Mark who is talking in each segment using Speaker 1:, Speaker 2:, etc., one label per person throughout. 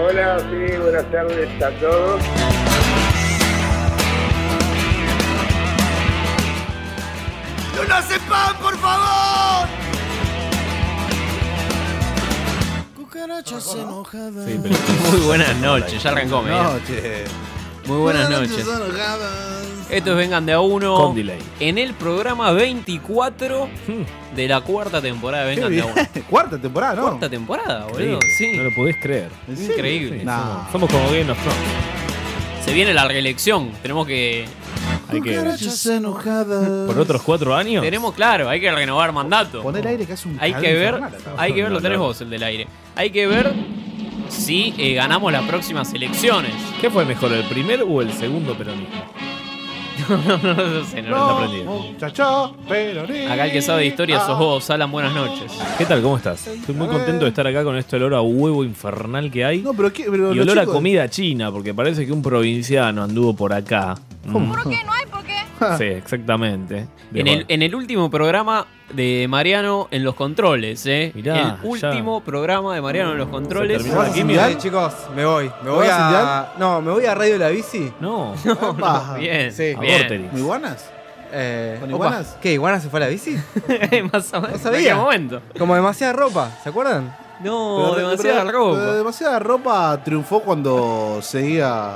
Speaker 1: Hola, sí, buenas tardes a todos.
Speaker 2: ¡No lo sepan, por favor! Cucarachas enojadas.
Speaker 3: Muy buenas noches, ya arrancó, me dice. Muy buenas noches. Estos vengan de a uno.
Speaker 4: Con delay. Hmm.
Speaker 3: En el programa 24 de la cuarta temporada de Vengan de a uno.
Speaker 4: Cuarta temporada, ¿no?
Speaker 3: Cuarta temporada, boludo.
Speaker 4: Increíble.
Speaker 3: Sí,
Speaker 4: No lo podés creer.
Speaker 3: increíble.
Speaker 4: Nah. Somos, somos como Game of Thrones.
Speaker 3: Se viene la reelección. Tenemos que.
Speaker 4: Hay que,
Speaker 2: enojadas.
Speaker 4: por otros cuatro años.
Speaker 3: Tenemos claro, hay que renovar mandato.
Speaker 4: Poner aire que hace un
Speaker 3: Hay que ver. Hay que ver, lo tenés vos, el del aire. Hay que ver si eh, ganamos las próximas elecciones.
Speaker 4: ¿Qué fue mejor, el primer o el segundo peronismo?
Speaker 3: No, no, no sé, no, no.
Speaker 4: aprendí.
Speaker 5: Muchacho, pero ni- Ah.
Speaker 3: Acá el que sabe de historia sos vos, Alan, buenas noches.
Speaker 4: ¿Qué tal? ¿Cómo estás? Estoy muy contento de estar acá con este olor a huevo infernal que hay.
Speaker 5: No, pero qué. Pero
Speaker 4: Y
Speaker 5: los
Speaker 4: olor a
Speaker 5: chicos-
Speaker 4: comida china, porque parece que un provinciano anduvo por acá. Mm,
Speaker 6: ¿Por qué? ¿No hay por qué?
Speaker 5: Ah.
Speaker 4: Sí, exactamente. De
Speaker 3: En el, en el último programa de Mariano en los controles, ¿eh?
Speaker 4: Mirá,
Speaker 3: el último programa de Mariano en los controles.
Speaker 4: terminó.
Speaker 7: Bueno,
Speaker 5: ¿Mundial?
Speaker 7: eh, chicos, me voy. Me voy
Speaker 5: vas
Speaker 7: a. No, me voy a Radio La Bici.
Speaker 4: No,
Speaker 5: Epa.
Speaker 3: Bien,
Speaker 7: Sí.
Speaker 3: bien.
Speaker 4: Aborteris.
Speaker 5: ¿Muy buenas?
Speaker 7: Eh,
Speaker 5: ¿Con
Speaker 7: opa,
Speaker 5: iguanas?
Speaker 7: ¿Qué? ¿Iguana se fue a la bici?
Speaker 3: Más o menos.
Speaker 7: No sabía.
Speaker 3: ¿En qué momento?
Speaker 7: Como demasiada ropa, ¿se acuerdan?
Speaker 3: No,
Speaker 5: Pero-
Speaker 3: demasiada
Speaker 5: pero- pero
Speaker 3: ropa.
Speaker 5: demasiada ropa triunfó cuando seguía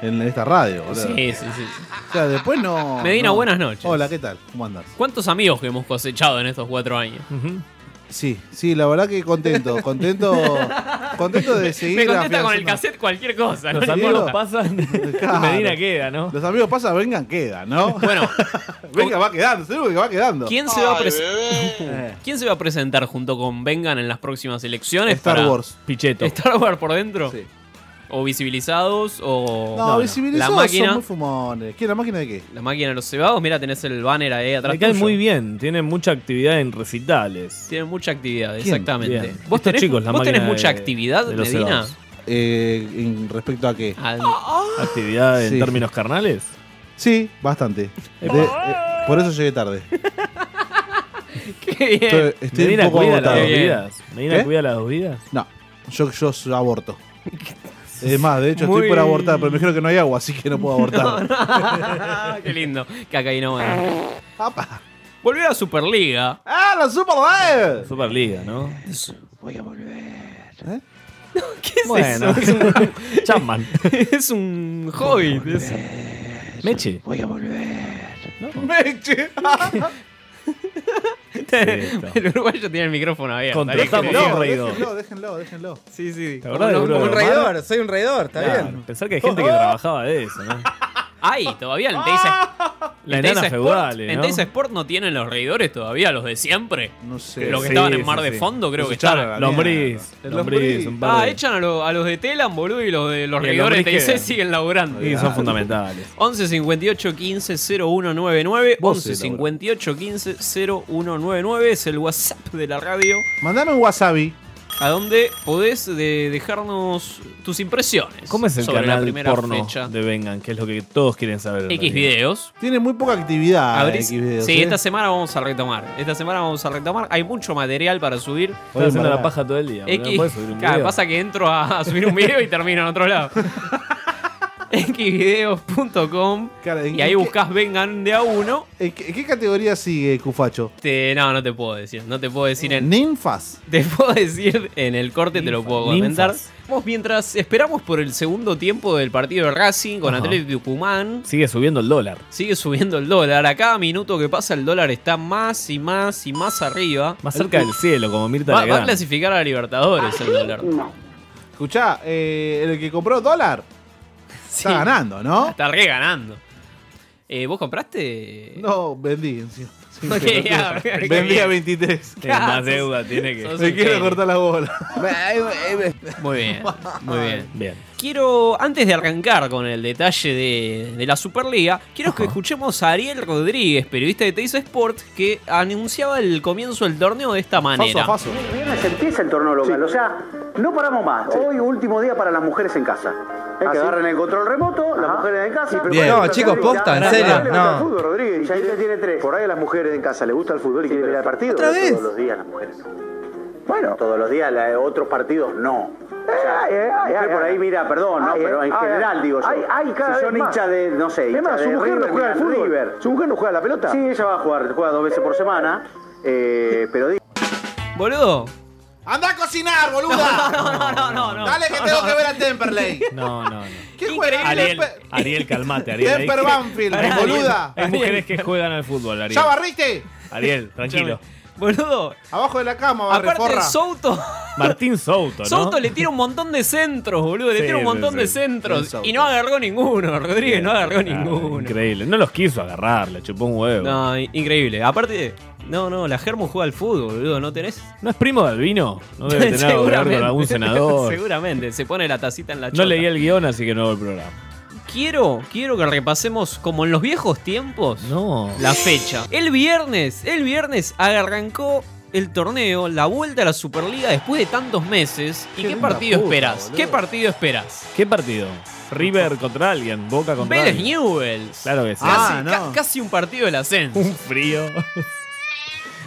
Speaker 5: en esta radio. boludo.
Speaker 3: Sí, sí, sí. sí.
Speaker 5: O sea, después no.
Speaker 3: Medina,
Speaker 5: no.
Speaker 3: buenas noches.
Speaker 5: Hola, ¿qué tal? ¿Cómo andas?
Speaker 3: ¿Cuántos amigos que hemos cosechado en estos cuatro años?
Speaker 4: Ujú.
Speaker 5: Sí, sí, la verdad que contento, contento, contento de seguir.
Speaker 3: Me contesta con
Speaker 5: afianzando-
Speaker 3: el cassette cualquier cosa.
Speaker 4: Los
Speaker 3: no
Speaker 5: amigos
Speaker 4: amigos
Speaker 3: importa.
Speaker 4: pasan y
Speaker 5: Claro.
Speaker 4: Medina queda, ¿no?
Speaker 5: Los amigos pasan, vengan, queda, ¿no?
Speaker 3: Bueno,
Speaker 5: Venga, va quedando, seguro que va quedando.
Speaker 3: ¿quién se, va a pres-
Speaker 5: Eh.
Speaker 3: ¿quién se va a presentar junto con Vengan en las próximas elecciones?
Speaker 5: Star
Speaker 3: para-
Speaker 5: Wars.
Speaker 4: Picheto.
Speaker 3: ¿Star Wars por dentro?
Speaker 5: Sí.
Speaker 3: ¿O visibilizados? ¿O
Speaker 5: No, visibilizados
Speaker 3: la máquina?
Speaker 5: son muy fumones. ¿Qué, la máquina de qué?
Speaker 3: La máquina de los cebados, mira, tenés el banner ahí atrás.
Speaker 4: Me cae
Speaker 3: tuyo.
Speaker 4: muy bien, tiene mucha actividad en recitales.
Speaker 3: Tienen mucha actividad,
Speaker 5: ¿Quién?
Speaker 3: exactamente.
Speaker 4: Bien.
Speaker 3: Vos
Speaker 4: Estos
Speaker 3: tenés,
Speaker 4: chicos, la
Speaker 3: vos tenés
Speaker 4: máquina
Speaker 3: mucha
Speaker 4: de-
Speaker 3: actividad,
Speaker 4: de los
Speaker 3: Medina.
Speaker 4: cebados.
Speaker 5: Eh, en respecto a qué?
Speaker 3: Al-
Speaker 4: ¿Actividad en
Speaker 5: Sí.
Speaker 4: términos carnales?
Speaker 5: Sí, bastante. De- eh, por eso llegué tarde.
Speaker 3: Qué bien.
Speaker 5: Estoy, estoy
Speaker 4: Medina
Speaker 5: un poco
Speaker 4: cuida las
Speaker 5: agotado.
Speaker 4: dos
Speaker 3: Bien.
Speaker 4: vidas. Medina
Speaker 5: ¿Qué?
Speaker 4: cuida las dos vidas.
Speaker 5: No, yo, yo aborto. Es más, de hecho,
Speaker 3: Muy-
Speaker 5: estoy por abortar, pero me dijeron que no hay agua, así que no puedo abortar.
Speaker 3: Qué lindo. Cacaína bueno.
Speaker 5: ¡Apa!
Speaker 3: Volver a Superliga.
Speaker 5: ¡Ah, la Super Live!
Speaker 4: Superliga, ¿no?
Speaker 3: ¿Qué es
Speaker 4: Bueno,
Speaker 3: eso?
Speaker 4: Chapman.
Speaker 3: Es un hobby. es-
Speaker 4: Meche. Voy a volver. Meche.
Speaker 3: El uruguayo tiene el micrófono abierto.
Speaker 4: Contratamos
Speaker 3: Ahí,
Speaker 4: un
Speaker 5: No,
Speaker 4: reidor.
Speaker 5: déjenlo, déjenlo, déjenlo.
Speaker 3: Sí, sí.
Speaker 4: ¿Te acordás de
Speaker 3: Como-
Speaker 4: Bruno
Speaker 7: Un
Speaker 3: como un
Speaker 4: Romano?
Speaker 3: raidor.
Speaker 7: raidor, soy un raidor, está
Speaker 4: Claro,
Speaker 7: bien.
Speaker 4: Pensar
Speaker 3: Oh,
Speaker 4: que hay gente que trabajaba de eso, ¿no?
Speaker 3: Ay, todavía en Teisa.
Speaker 4: La
Speaker 3: en
Speaker 4: enana
Speaker 3: Teisa Sport-
Speaker 4: feudal, ¿no?
Speaker 3: En Teisa Sport no tienen los reidores todavía, los de siempre.
Speaker 5: No sé.
Speaker 3: los que
Speaker 4: sí,
Speaker 3: estaban en
Speaker 4: sí,
Speaker 3: Mar de
Speaker 4: sí.
Speaker 3: Fondo, creo
Speaker 5: Los
Speaker 3: que
Speaker 5: echaron
Speaker 3: están.
Speaker 5: a la
Speaker 4: Lombriz.
Speaker 5: El
Speaker 4: Lombriz,
Speaker 5: lombriz.
Speaker 4: un
Speaker 3: Ah,
Speaker 4: par de...
Speaker 3: echan a, lo- a los de Telam, boludo, y los de los
Speaker 4: Y Ah. el
Speaker 3: rigores de
Speaker 4: Lombriz
Speaker 3: TIC
Speaker 4: queda.
Speaker 3: siguen laburando.
Speaker 4: Y son fundamentales.
Speaker 3: 11 58 15 0199
Speaker 4: Vos
Speaker 3: 11
Speaker 4: sí, Laura.
Speaker 3: 58 15 0199 es el WhatsApp de la radio
Speaker 5: Mandame un wasabi.
Speaker 3: a donde podés de- dejarnos tus impresiones.
Speaker 4: ¿Cómo es el
Speaker 3: sobre la
Speaker 4: canal
Speaker 3: primera
Speaker 4: porno
Speaker 3: fecha?
Speaker 4: de Vengan? Que es lo que todos quieren saber. en
Speaker 3: X
Speaker 4: realidad.
Speaker 3: videos.
Speaker 5: Tiene muy poca actividad.
Speaker 3: Abrís-
Speaker 5: Xvideos,
Speaker 3: sí,
Speaker 5: ¿eh?
Speaker 3: esta semana vamos a retomar. Esta semana vamos a retomar. Hay mucho material para subir.
Speaker 4: Estás haciendo
Speaker 5: pará.
Speaker 4: la paja todo el día. boludo,
Speaker 3: X,
Speaker 4: No puedes subir un
Speaker 3: Claro,
Speaker 4: video.
Speaker 3: pasa que entro a, a subir un video y termino en otro lado. xvideos.com
Speaker 5: Claro, ¿en
Speaker 3: y ahí
Speaker 5: qué-
Speaker 3: buscas vengan de a uno.
Speaker 5: ¿En qué, en qué categoría sigue Cufacho?
Speaker 3: Te- Este, no, no te puedo decir. No te puedo decir en,
Speaker 5: Ninfas.
Speaker 3: Te puedo decir en el corte, te lo puedo comentar.
Speaker 4: Ninfas.
Speaker 3: Vamos, mientras esperamos por el segundo tiempo del partido de Racing con
Speaker 4: Ajá.
Speaker 3: Atlético Tucumán,
Speaker 4: Sigue subiendo el dólar.
Speaker 3: sigue subiendo el dólar. A cada minuto que pasa, el dólar está más y más y más arriba.
Speaker 4: Más cerca del cielo, como Mirta
Speaker 3: Va, va a
Speaker 4: Legrand.
Speaker 3: clasificar a Libertadores el dólar.
Speaker 5: Escuchá, eh, el que compró dólar
Speaker 3: Sí,
Speaker 5: está ganando, ¿no?
Speaker 3: Está reganando. Eh, ¿Vos compraste?
Speaker 5: No, vendí encima.
Speaker 3: Ok, ya, qué
Speaker 5: Vendía
Speaker 3: bien.
Speaker 5: 23.
Speaker 4: Tiene más deuda, tiene que.
Speaker 3: Sos
Speaker 5: Me
Speaker 3: un
Speaker 5: quiero
Speaker 3: genio.
Speaker 5: cortar la bola.
Speaker 3: Muy bien, muy bien.
Speaker 4: Bien.
Speaker 3: Quiero, antes de arrancar con el detalle de, de la Superliga, quiero que escuchemos a Ariel Rodríguez, periodista de Teis Sport, que anunciaba el comienzo del torneo de esta manera.
Speaker 5: Faso, faso.
Speaker 6: Mañana se empieza el torneo local, o sea, no paramos más. Hoy último día para las mujeres en casa. que agarren el control remoto, las mujeres en casa. Y
Speaker 7: Bien. No, chicos, posta, en serio, no.
Speaker 6: Rodríguez, ya tiene tres. Por ahí las mujeres en casa le gusta el fútbol y quiere mirar el partido.
Speaker 7: ¿Otra
Speaker 6: No
Speaker 7: vez?
Speaker 6: Todos los días las mujeres. Bueno. Todos los días la- otros partidos no. O sea, la mujer por ahí mira, perdón, ¿no? pero en general digo yo. si son hinchas de, no sé, hinchas de River, miran River.
Speaker 5: Su mujer no juega la pelota.
Speaker 6: Sí, ella va a jugar, juega dos veces por semana, eh, pero digo...
Speaker 3: Boludo.
Speaker 2: Anda a cocinar, boluda.
Speaker 3: No, no, no, no. no.
Speaker 2: Dale que tengo que ver a Temperley.
Speaker 4: No, no, no.
Speaker 2: ¿Qué juega?
Speaker 4: Ariel,
Speaker 2: Temper-
Speaker 4: Ariel, calmate, Ariel. Hay-
Speaker 2: Temper Banfield, boluda.
Speaker 4: Hay mujeres que juegan al fútbol, Ariel.
Speaker 2: ¿Ya barriste?
Speaker 4: Ariel, tranquilo.
Speaker 3: Boludo.
Speaker 2: Abajo de la cama, barre
Speaker 3: Aparte,
Speaker 2: forra.
Speaker 3: Souto.
Speaker 4: Martín Souto, ¿no?
Speaker 3: Souto le tira un montón de centros, boludo. Le
Speaker 4: Sí,
Speaker 3: tira un
Speaker 4: sí,
Speaker 3: montón
Speaker 4: sí.
Speaker 3: de
Speaker 5: Bien,
Speaker 3: centros.
Speaker 5: Souto.
Speaker 3: Y no agarró ninguno. Rodríguez no agarró
Speaker 4: Ah,
Speaker 3: ninguno.
Speaker 4: Increíble. No los quiso agarrar, le chupó un huevo. No,
Speaker 3: No, i- increíble. Aparte, no, no, la Germu juega al fútbol, boludo, ¿no tenés?
Speaker 4: es primo de Albino. No debe tener algo que ver con algún senador.
Speaker 3: Seguramente, se pone la tacita en la chota.
Speaker 4: No leí el guión, así que no hago el programa.
Speaker 3: Quiero, quiero que repasemos como en los viejos tiempos
Speaker 4: No.
Speaker 3: la fecha. El viernes, el viernes arrancó el torneo, la vuelta a la Superliga después de tantos meses. ¿Y qué,
Speaker 5: linda
Speaker 3: partido
Speaker 5: puta,
Speaker 3: esperas?
Speaker 5: boludo.
Speaker 3: ¿Qué partido esperas?
Speaker 4: ¿Qué partido? River contra alguien, Boca contra
Speaker 3: Vélez
Speaker 4: alguien.
Speaker 3: Newells.
Speaker 4: Claro que sí.
Speaker 3: Casi,
Speaker 5: Ah, no.
Speaker 3: ca- casi un partido del ascenso.
Speaker 4: Un frío.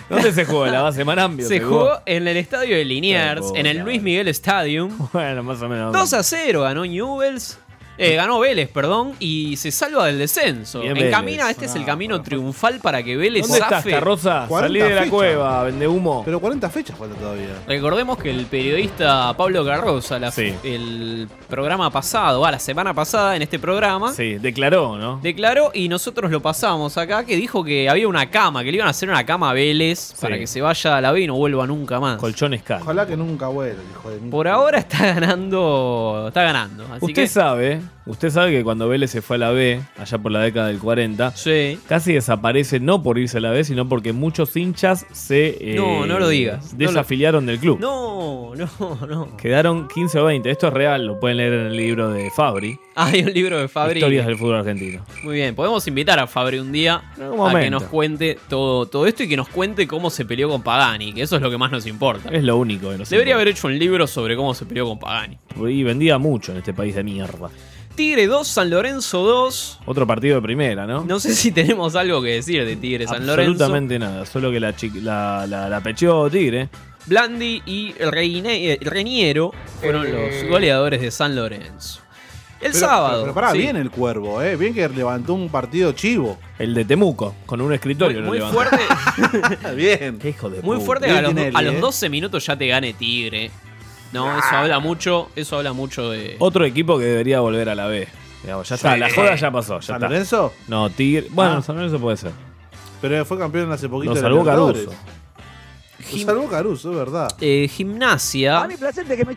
Speaker 4: ¿Dónde se jugó? La base Marambio.
Speaker 3: Se jugó en el estadio de Liniers,
Speaker 4: Qué
Speaker 3: en el
Speaker 4: bola,
Speaker 3: Luis
Speaker 4: boludo.
Speaker 3: Miguel Stadium.
Speaker 4: Bueno, más o menos.
Speaker 3: 2 a 0 ganó Newells. eh, ganó Vélez, perdón, y se salva del descenso.
Speaker 4: Bien,
Speaker 3: Encamina,
Speaker 4: Vélez.
Speaker 3: este es el camino triunfal para que Vélez
Speaker 4: ¿Dónde estás,
Speaker 3: zafe.
Speaker 4: carroza?
Speaker 5: 40
Speaker 4: Salí de la
Speaker 5: fichas.
Speaker 4: cueva, vende humo.
Speaker 5: Pero 40 fechas falta todavía.
Speaker 3: Recordemos que el periodista Pablo Carroza, la-
Speaker 4: Sí.
Speaker 3: el programa pasado, ah, la semana pasada en este programa,
Speaker 4: Sí, declaró, ¿no?
Speaker 3: declaró y nosotros lo pasamos acá, que dijo que había una cama, que le iban a hacer una cama a Vélez para que se vaya a la B y no vuelva nunca más.
Speaker 4: Colchones caros.
Speaker 5: Ojalá que nunca vuelva, hijo de mí.
Speaker 3: Por ahora está ganando, está ganando. Así
Speaker 4: Usted
Speaker 3: que,
Speaker 4: sabe, usted sabe que cuando Vélez se fue a la B, allá por la década del 40,
Speaker 3: sí.
Speaker 4: casi desaparece no por irse a la B, sino porque muchos hinchas se eh,
Speaker 3: No, no lo digas. No lo-
Speaker 4: desafiliaron del club.
Speaker 3: No, no, no.
Speaker 4: Quedaron 15 o 20. Esto es real, lo pueden leer en el libro de Fabri.
Speaker 3: Hay un libro de Fabri.
Speaker 4: Historias del fútbol argentino.
Speaker 3: Muy bien, podemos invitar a Fabri un día
Speaker 4: algún
Speaker 3: a que
Speaker 4: momento.
Speaker 3: nos cuente todo, todo esto y que nos cuente cómo se peleó con Pagani, que eso es lo que más nos importa.
Speaker 4: Es lo único que nos
Speaker 3: Debería
Speaker 4: importa.
Speaker 3: haber hecho un libro sobre cómo se peleó con Pagani.
Speaker 4: Y vendía mucho en este país de mierda.
Speaker 3: Tigre 2, San Lorenzo 2.
Speaker 4: Otro partido de primera, ¿no?
Speaker 3: No sé si tenemos algo que decir de Tigre San Lorenzo.
Speaker 4: Absolutamente nada. Solo que la, chi- la, la, la pecheó Tigre.
Speaker 3: Blandi y Reine- eh, Reiniero fueron los goleadores de San Lorenzo. El
Speaker 5: Pero-
Speaker 3: sábado.
Speaker 5: Pero, pero pará,
Speaker 3: sí.
Speaker 5: bien el cuervo, ¿eh? Bien que levantó un partido chivo.
Speaker 4: El de Temuco, con un
Speaker 3: Muy,
Speaker 4: escritorio. lo
Speaker 3: muy
Speaker 4: levantó.
Speaker 3: fuerte,
Speaker 5: Ah, bien.
Speaker 4: Qué hijo de
Speaker 3: muy
Speaker 4: puta.
Speaker 3: fuerte
Speaker 5: bien
Speaker 3: a los, do-
Speaker 5: Tinelli,
Speaker 3: a los
Speaker 5: eh.
Speaker 3: 12 minutos ya te gane Tigre. No, eso habla mucho, eso habla mucho de,
Speaker 4: Otro equipo que debería volver a la B. Digamos, ya está, la joda ya pasó. Ya
Speaker 5: ¿San
Speaker 4: está.
Speaker 5: Lorenzo?
Speaker 4: No, Tigre. Bueno,
Speaker 5: Ah.
Speaker 4: San Lorenzo puede ser.
Speaker 5: Pero fue campeón hace poquito.
Speaker 4: Lo
Speaker 5: de
Speaker 4: salvó
Speaker 5: Libertadores.
Speaker 4: Caruso.
Speaker 5: Lo salvó Caruso, es verdad.
Speaker 3: Eh, gimnasia.
Speaker 8: Ah,
Speaker 4: Exactamente.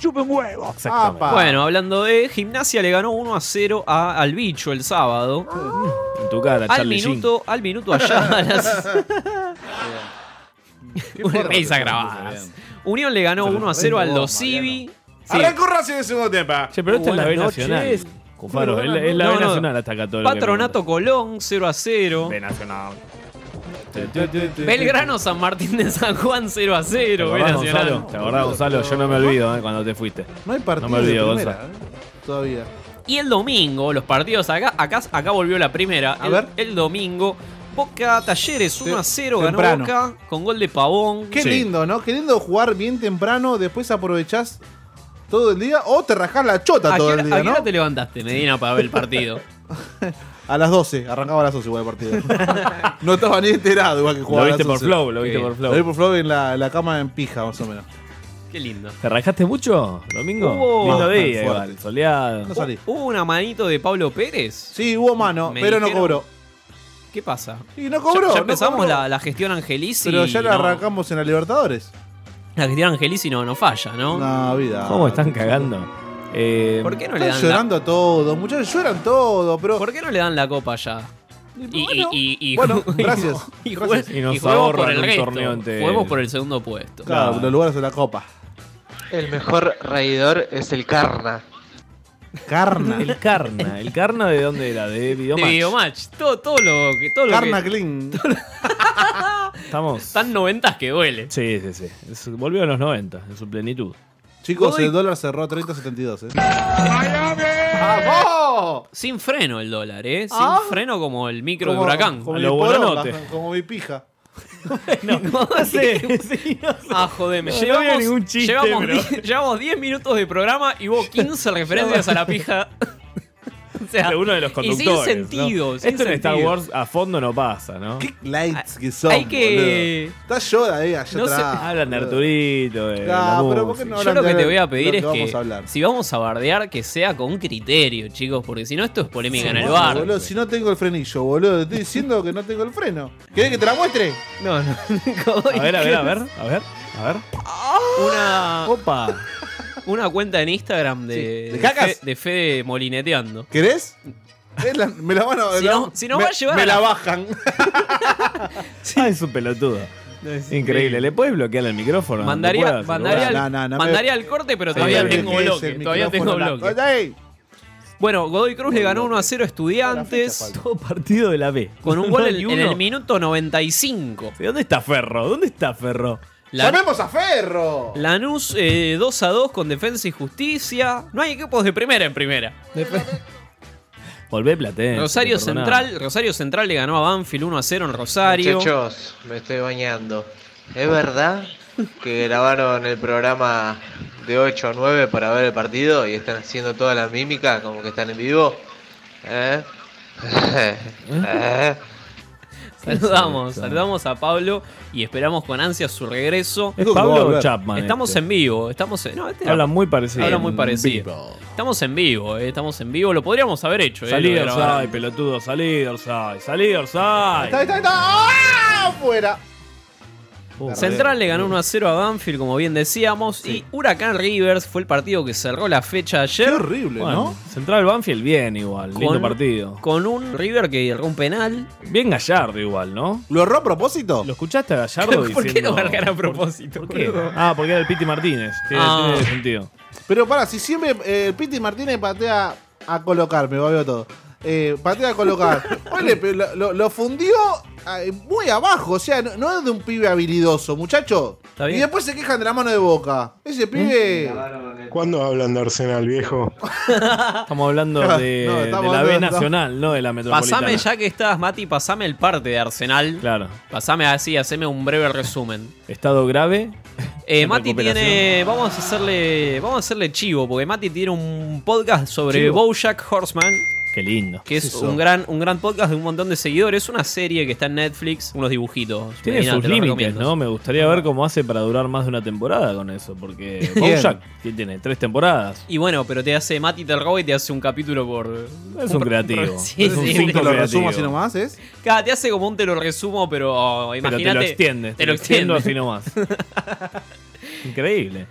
Speaker 5: pa.
Speaker 3: Bueno, hablando de gimnasia, le ganó 1 a 0 a- al bicho el sábado.
Speaker 4: En tu cara,
Speaker 3: Al
Speaker 4: Charlie Sheen.
Speaker 3: minuto, al minuto allá. a las- Una risa grabadas. Unión le ganó 1 a 0 al
Speaker 5: vos,
Speaker 3: Dosivi. Sí.
Speaker 2: Arrancó Racing en segundo tiempo.
Speaker 4: Che, pero esta es la B
Speaker 3: Buenas
Speaker 4: nacional.
Speaker 3: noches.
Speaker 4: Cufaro, es la, es la
Speaker 3: No,
Speaker 4: B
Speaker 3: no.
Speaker 4: nacional hasta Católica.
Speaker 3: Patronato Colón 0 a 0.
Speaker 4: B nacional.
Speaker 3: Belgrano San Martín de San Juan 0 a
Speaker 4: ¿Te
Speaker 3: 0. B
Speaker 4: acordás, Gonzalo?
Speaker 3: Nacional.
Speaker 4: ¿Te acordás, Gonzalo? Yo no me olvido eh, cuando te fuiste.
Speaker 5: No hay partido
Speaker 4: No me olvido,
Speaker 5: de primera, ¿eh? Todavía.
Speaker 3: Y el domingo, los partidos acá, acá, acá volvió la primera.
Speaker 5: A
Speaker 3: el,
Speaker 5: ver.
Speaker 3: el domingo, Boca Talleres 1 a 0 ganó
Speaker 5: temprano.
Speaker 3: Boca con gol de Pavón.
Speaker 5: Qué
Speaker 4: Sí.
Speaker 5: lindo, ¿no? Qué lindo jugar bien temprano, después aprovechás todo el día o te rajás la chota
Speaker 3: ¿A qué
Speaker 5: todo
Speaker 3: hora,
Speaker 5: el día,
Speaker 3: a qué
Speaker 5: ¿no?
Speaker 3: hora te levantaste, Medina, para ver el partido?
Speaker 5: A las 12, arrancaba a las 12 igual el partido. no estaba ni enterado igual que jugaba
Speaker 4: Lo
Speaker 5: a las
Speaker 4: viste por
Speaker 5: 11.
Speaker 4: flow, lo viste
Speaker 3: Sí.
Speaker 4: por
Speaker 5: Lo vi
Speaker 4: flow.
Speaker 5: por flow en la, la cama en pija, más o menos.
Speaker 3: Qué lindo.
Speaker 4: ¿Te rajaste mucho, domingo?
Speaker 3: Hubo-
Speaker 4: Lindo
Speaker 5: Ah,
Speaker 4: día,
Speaker 5: fuerte.
Speaker 4: igual. Soleado.
Speaker 5: No salí.
Speaker 3: ¿Hubo una manito de Pablo Pérez?
Speaker 5: Sí, hubo mano,
Speaker 3: Me
Speaker 5: pero no
Speaker 3: dijeron-
Speaker 5: cobró.
Speaker 3: ¿Qué pasa?
Speaker 5: Y no cobró.
Speaker 3: ya, ya
Speaker 5: no
Speaker 3: empezamos
Speaker 5: cobró.
Speaker 3: La, la gestión Angelici.
Speaker 5: Pero ya la
Speaker 3: no.
Speaker 5: arrancamos en la Libertadores.
Speaker 3: La gestión Angelici no, no falla, ¿no?
Speaker 5: No, vida.
Speaker 4: ¿Cómo están cagando? Eh,
Speaker 3: ¿Por qué no le
Speaker 5: Están
Speaker 3: dan la,
Speaker 5: llorando a todo, muchachos, lloran todo, pero
Speaker 3: ¿Por qué no le dan la copa ya? Y, y- y- y-
Speaker 5: Bueno,
Speaker 3: y-
Speaker 5: gracias.
Speaker 3: Y,
Speaker 5: Gracias.
Speaker 3: jue-
Speaker 4: Y nos
Speaker 3: y juguemos por
Speaker 4: ahorran
Speaker 3: el
Speaker 4: un
Speaker 3: resto.
Speaker 4: torneo entero.
Speaker 3: Juguemos por el segundo puesto.
Speaker 5: Claro,
Speaker 4: Claro.
Speaker 5: los lugares de la copa.
Speaker 9: El mejor reidor es el Carna.
Speaker 5: Carna.
Speaker 4: El Carna. ¿El Carna de dónde era? De
Speaker 3: De
Speaker 4: Videomatch.
Speaker 3: Videomatch. Todo, todo lo que. Todo lo
Speaker 5: Carna
Speaker 3: que
Speaker 5: Clean.
Speaker 4: Estamos.
Speaker 3: tan noventas que duele.
Speaker 4: Sí, sí, sí. Es- volvió a los 90, en su plenitud.
Speaker 5: Chicos,
Speaker 3: Godoy-
Speaker 5: el dólar cerró a 30.72. ¿eh?
Speaker 3: Sin freno el dólar, ¿eh? Sin freno como el micro de
Speaker 5: Ah. Como-
Speaker 3: huracán.
Speaker 5: Como,
Speaker 4: A
Speaker 5: mi
Speaker 4: lo
Speaker 5: poronga,
Speaker 4: buenanote.
Speaker 5: como mi pija.
Speaker 3: No sé. Ah, jodeme.
Speaker 4: No
Speaker 3: llevamos,
Speaker 4: había ningún chiste,
Speaker 3: llevamos,
Speaker 4: pero-
Speaker 3: die- llevamos 10 minutos de programa y hubo 15 referencias a la pija. O sea,
Speaker 4: De uno de los
Speaker 3: y
Speaker 4: conductores.
Speaker 3: sin
Speaker 4: ¿no?
Speaker 3: sentido. sin
Speaker 4: Esto en Star
Speaker 3: sentido.
Speaker 4: Wars a fondo no pasa, ¿no?
Speaker 5: Qué lights que son.
Speaker 3: hay que-
Speaker 5: boludo. Está Yoda ahí allá
Speaker 3: No sé, Ah,
Speaker 5: atrás.
Speaker 4: Hablan de
Speaker 5: boludo.
Speaker 4: Arturito, de
Speaker 5: Nah,
Speaker 4: la
Speaker 5: Ah, pero ¿por
Speaker 4: música.
Speaker 5: qué no
Speaker 3: Yo
Speaker 5: hablan
Speaker 3: lo
Speaker 5: de
Speaker 3: que te voy a
Speaker 5: lo
Speaker 3: pedir es
Speaker 5: Vamos
Speaker 3: que
Speaker 5: a hablar.
Speaker 3: si vamos a bardear, que sea con criterio, chicos, porque si no esto es polémica en el
Speaker 5: Bueno,
Speaker 3: bar. pues.
Speaker 5: boludo, si no tengo el frenillo, boludo. Te estoy diciendo que no tengo el freno. ¿Querés que te la muestre?
Speaker 3: No, no.
Speaker 4: A ver, a ver, a ver, a ver, a ver.
Speaker 3: Ah. Una,
Speaker 4: Opa.
Speaker 3: una cuenta en Instagram de,
Speaker 5: Sí. ¿De cacas?
Speaker 3: Fe- de Fede Molineteando.
Speaker 5: ¿Querés? Es la- me la van a.
Speaker 3: Si
Speaker 5: la-
Speaker 3: no- si no
Speaker 5: me,
Speaker 3: va a llevar
Speaker 5: Me
Speaker 3: a
Speaker 5: la
Speaker 3: la-
Speaker 5: bajan.
Speaker 4: Ah, es un pelotudo. Increíble. ¿Le puedes bloquear el micrófono?
Speaker 3: Mandaría,
Speaker 4: ¿Lo puedes hacer?
Speaker 3: mandaría, al,
Speaker 5: No, no, no me-
Speaker 3: mandaría al corte, pero
Speaker 4: Sí,
Speaker 3: todavía
Speaker 4: sí,
Speaker 3: tengo
Speaker 4: sí,
Speaker 3: bloque. Todavía tengo bloque.
Speaker 5: Ey,
Speaker 3: Bueno, Godoy Cruz le ganó 1 a 0 a Estudiantes
Speaker 4: Todo partido de la B.
Speaker 3: con un gol
Speaker 4: No
Speaker 3: en,
Speaker 4: hay
Speaker 3: en
Speaker 4: uno.
Speaker 3: el minuto 95.
Speaker 4: Sí, ¿Dónde está Ferro? ¿Dónde está Ferro?
Speaker 3: La,
Speaker 5: ¡Llamemos a Ferro!
Speaker 3: Lanús eh, 2 a 2 con Defensa y Justicia. No hay equipos de primera en primera.
Speaker 4: Volvé Platense.
Speaker 3: Rosario
Speaker 4: perdoná.
Speaker 3: Central, Rosario Central le ganó a Banfield 1 a 0 en Rosario.
Speaker 9: Muchachos, me estoy bañando. ¿Es verdad que grabaron el programa de 8 a 9 para ver el partido y están haciendo todas las mímicas como que están en vivo? ¿Eh? ¿Eh?
Speaker 3: Saludamos, saludamos a Pablo y esperamos con ansias su regreso.
Speaker 4: Es
Speaker 5: Digo que va a
Speaker 4: Pablo
Speaker 5: volver.
Speaker 4: Chapman.
Speaker 3: Estamos
Speaker 4: este.
Speaker 3: en vivo, estamos en. No, este era-
Speaker 4: Habla muy parecido.
Speaker 3: habla muy parecido. Estamos en vivo, eh, estamos en vivo. Lo podríamos haber hecho, eh,
Speaker 4: Salí
Speaker 3: lo
Speaker 4: de
Speaker 3: grabaron.
Speaker 4: Orsay, pelotudo. Salí de Orsay. Salí de
Speaker 5: Está,
Speaker 4: Orsay.
Speaker 5: está, está. ¡Ah! ¡Fuera!
Speaker 3: Uh, Central le ganó 1 a 0 a Banfield, como bien decíamos. Y Huracán Rivers fue el partido que cerró la fecha
Speaker 5: Qué
Speaker 3: ayer.
Speaker 5: horrible,
Speaker 4: Bueno,
Speaker 5: ¿no?
Speaker 4: Central Banfield bien igual. Lindo
Speaker 3: Con-
Speaker 4: partido.
Speaker 3: Con un River que erró un penal.
Speaker 4: Bien Gallardo igual, ¿no?
Speaker 5: ¿Lo erró a propósito?
Speaker 4: ¿Lo escuchaste a Gallardo
Speaker 3: ¿Por qué
Speaker 4: diciendo-
Speaker 3: lo cargan a propósito?
Speaker 4: ¿Por qué?
Speaker 3: boludo?
Speaker 4: Ah, porque era el Piti Martínez. Tiene,
Speaker 3: Ah.
Speaker 4: tiene sentido.
Speaker 5: Pero para, si siempre eh, Piti Martínez patea a colocar, me volvió todo. Eh, patea a colocar. Vale, pero lo, lo- lo fundió eh, muy abajo, o sea, no, no es de un pibe habilidoso, muchacho.
Speaker 3: Está bien.
Speaker 5: Y después se quejan de la mano de boca. Ese pibe.
Speaker 10: ¿Cuándo hablan de Arsenal, viejo?
Speaker 4: Estamos hablando
Speaker 5: No,
Speaker 4: de,
Speaker 5: estamos
Speaker 4: de la
Speaker 5: hablando
Speaker 4: B
Speaker 5: de-
Speaker 4: nacional, no de la metropolitana.
Speaker 3: Pasame, ya que estás, Mati, pasame el parte de Arsenal.
Speaker 4: Claro.
Speaker 3: Pasame así, haceme un breve resumen.
Speaker 4: Estado grave.
Speaker 3: Eh,
Speaker 4: En
Speaker 3: Mati
Speaker 4: recuperación.
Speaker 3: tiene. Vamos a hacerle. Vamos a hacerle chivo, porque Mati tiene un podcast sobre
Speaker 4: Chivo.
Speaker 3: Bojack Horseman.
Speaker 4: Qué lindo.
Speaker 3: Que es un gran, un gran podcast de un montón de seguidores. Una serie que está en Netflix, unos dibujitos.
Speaker 4: Tiene
Speaker 3: Medina,
Speaker 4: sus
Speaker 3: te los
Speaker 4: límites,
Speaker 3: recomiendo.
Speaker 4: ¿no? Me gustaría ver cómo hace para durar más de una temporada con eso. Porque
Speaker 5: Bien.
Speaker 4: Bojack que tiene tres temporadas.
Speaker 3: Y bueno, pero te hace Mati te roba y te hace un capítulo por.
Speaker 4: Es un creativo.
Speaker 3: Sí,
Speaker 4: Es un
Speaker 3: sí,
Speaker 4: cinco
Speaker 3: sí.
Speaker 5: Te lo
Speaker 4: creativo.
Speaker 5: resumo así nomás, ¿es?
Speaker 3: Cada- te hace como un te lo resumo, pero oh,
Speaker 4: Pero
Speaker 3: imagínate.
Speaker 4: te lo extiende.
Speaker 3: Te lo extiende.
Speaker 4: extiendo así nomás. Increíble.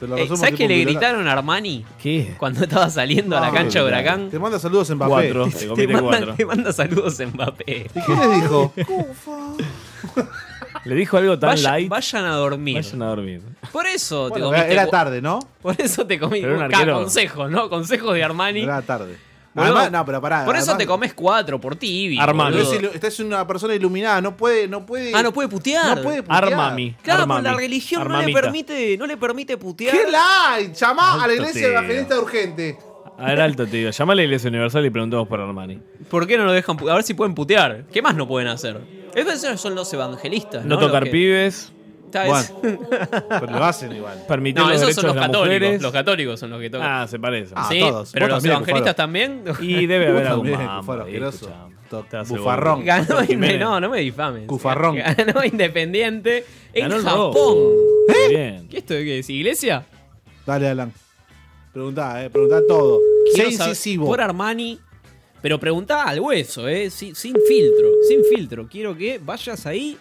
Speaker 5: Te lo
Speaker 3: Eh,
Speaker 5: resumo
Speaker 3: ¿Sabes
Speaker 5: tipo
Speaker 3: que le
Speaker 5: Violeta.
Speaker 3: gritaron a Armani
Speaker 4: ¿Qué?
Speaker 3: cuando estaba saliendo a la
Speaker 5: Ah,
Speaker 3: cancha de
Speaker 4: claro.
Speaker 3: Huracán?
Speaker 5: Te manda saludos en papel.
Speaker 4: Cuatro. Te
Speaker 3: Te
Speaker 4: comiste cuatro.
Speaker 3: manda, te manda saludos en Mbappé.
Speaker 5: ¿Y qué les dijo?
Speaker 4: Le dijo algo tan
Speaker 3: Vaya-
Speaker 4: light.
Speaker 3: vayan a dormir.
Speaker 4: Vayan a dormir.
Speaker 3: Por eso
Speaker 5: Bueno,
Speaker 3: te comiste.
Speaker 5: era
Speaker 3: cu-
Speaker 5: tarde, ¿no?
Speaker 3: Por eso te comiste.
Speaker 4: Pero era un arquero.
Speaker 3: consejos, ¿no? Consejos de Armani.
Speaker 5: Era tarde.
Speaker 3: Boludo,
Speaker 5: Además, no, pero pará.
Speaker 3: por eso
Speaker 5: además-
Speaker 3: te comes cuatro, por ti,
Speaker 4: Armani.
Speaker 5: Pero es ilu- Estás una persona iluminada, no puede, no puede.
Speaker 3: Ah, no puede putear.
Speaker 5: No puede putear.
Speaker 4: Armami.
Speaker 3: Claro,
Speaker 4: Armami.
Speaker 3: con la religión no le
Speaker 4: Armamita.
Speaker 3: permite, no le permite putear.
Speaker 5: ¿Qué la? Llamá a la iglesia
Speaker 4: tío.
Speaker 5: evangelista urgente.
Speaker 4: A ver, alto te digo. Llama a la Iglesia Universal y preguntamos por Armani.
Speaker 3: ¿Por qué no lo dejan? pu- A ver si pueden putear. ¿Qué más no pueden hacer? Esos son los evangelistas.
Speaker 4: No,
Speaker 3: No,
Speaker 4: tocar
Speaker 3: Los que-
Speaker 4: pibes.
Speaker 3: Está- es-
Speaker 5: Pero lo hacen igual.
Speaker 4: Permitir
Speaker 3: No,
Speaker 4: los
Speaker 3: esos
Speaker 4: derechos
Speaker 3: son los
Speaker 4: de las
Speaker 3: católicos.
Speaker 4: mujeres.
Speaker 3: Los católicos son los que tocan.
Speaker 4: Ah, se parecen.
Speaker 5: Ah,
Speaker 3: sí,
Speaker 5: todos.
Speaker 3: pero
Speaker 5: Vos
Speaker 3: los
Speaker 5: también,
Speaker 3: evangelistas también.
Speaker 4: Y debe haber algún
Speaker 5: También,
Speaker 4: mambo
Speaker 5: Cufaro,
Speaker 4: ahí,
Speaker 5: asqueroso.
Speaker 4: escuchá.
Speaker 5: To-
Speaker 4: Te hace
Speaker 5: bufarrón.
Speaker 4: boludo.
Speaker 3: Ganó
Speaker 4: Jiménez.
Speaker 3: no, no me difames.
Speaker 5: Cufarrón.
Speaker 3: Ganó Independiente en
Speaker 4: Ganó el
Speaker 3: Japón.
Speaker 4: robo. Bien.
Speaker 3: ¿Qué esto de qué es? ¿Iglesia?
Speaker 5: ¿Eh? Dale, Alan. Preguntá, eh, preguntá todo. Sé
Speaker 3: Quiero saber-
Speaker 5: incisivo.
Speaker 3: Por Armani. Pero preguntá al hueso, eh. si- Sin, filtro. Sin filtro. Quiero que vayas ahí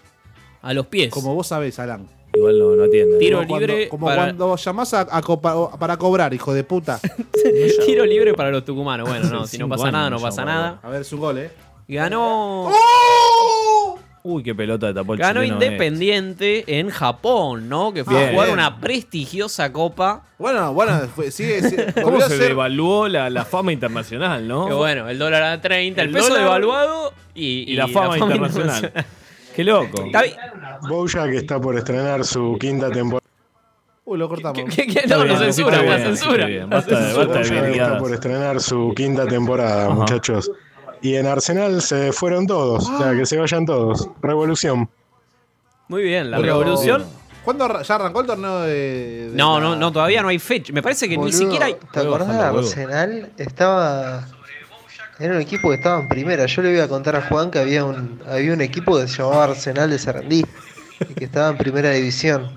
Speaker 3: a los pies.
Speaker 5: Como vos sabés, Alan.
Speaker 4: Igual no, no atiende.
Speaker 3: Tiro
Speaker 5: Como cuando-
Speaker 3: libre
Speaker 5: como
Speaker 3: para,
Speaker 5: cuando llamás a, a copa- o- para cobrar, hijo de puta.
Speaker 3: tiro libre para los tucumanos. Bueno, no, si no
Speaker 4: Cinco
Speaker 3: pasa nada,
Speaker 4: años
Speaker 3: no
Speaker 4: ya,
Speaker 3: pasa
Speaker 4: boludo.
Speaker 3: nada.
Speaker 5: A ver, su gol, eh.
Speaker 3: Ganó.
Speaker 4: Uy, qué pelota tapó el
Speaker 3: Ganó
Speaker 4: chileno, eh.
Speaker 3: Independiente en Japón, ¿no? Que fue a
Speaker 4: Bien.
Speaker 3: jugar una prestigiosa copa.
Speaker 5: Bueno, bueno, fue- sigue. sigue-
Speaker 4: ¿Cómo
Speaker 5: volvió a
Speaker 4: se
Speaker 5: ser-
Speaker 4: devaluó la, la fama internacional, no?
Speaker 3: Que bueno, el dólar a 30, el,
Speaker 4: El
Speaker 3: peso
Speaker 4: dólar
Speaker 3: devaluado y,
Speaker 4: y la fama internacional. Qué loco.
Speaker 3: Está bien.
Speaker 10: que está por estrenar su quinta temporada.
Speaker 5: Uy, lo cortamos.
Speaker 3: ¿Qué- qué- no,
Speaker 10: bien,
Speaker 3: no censura,
Speaker 10: está
Speaker 3: no
Speaker 10: bien,
Speaker 3: censura.
Speaker 4: está bien.
Speaker 3: No
Speaker 4: Basta de-
Speaker 3: censura.
Speaker 4: basta de
Speaker 10: Bojack está
Speaker 4: virgueadas.
Speaker 10: por estrenar su quinta temporada, muchachos. Y en Arsenal se fueron todos, o sea, que se vayan todos. Revolución.
Speaker 3: Muy bien, la
Speaker 5: Pero-
Speaker 3: revolución.
Speaker 5: ¿Cuándo arra- ya arrancó el torneo de.? de
Speaker 3: No,
Speaker 5: la-
Speaker 3: no, no, todavía no hay fecha. Me parece que
Speaker 9: Boludo,
Speaker 3: ni siquiera hay.
Speaker 9: ¿Te acordás de
Speaker 4: Bajando,
Speaker 9: Arsenal? Estaba. Era un equipo que estaba en primera. Yo le iba a contar a Juan que había un, había un equipo que se llamaba Arsenal de Sarandí y que estaba en primera división.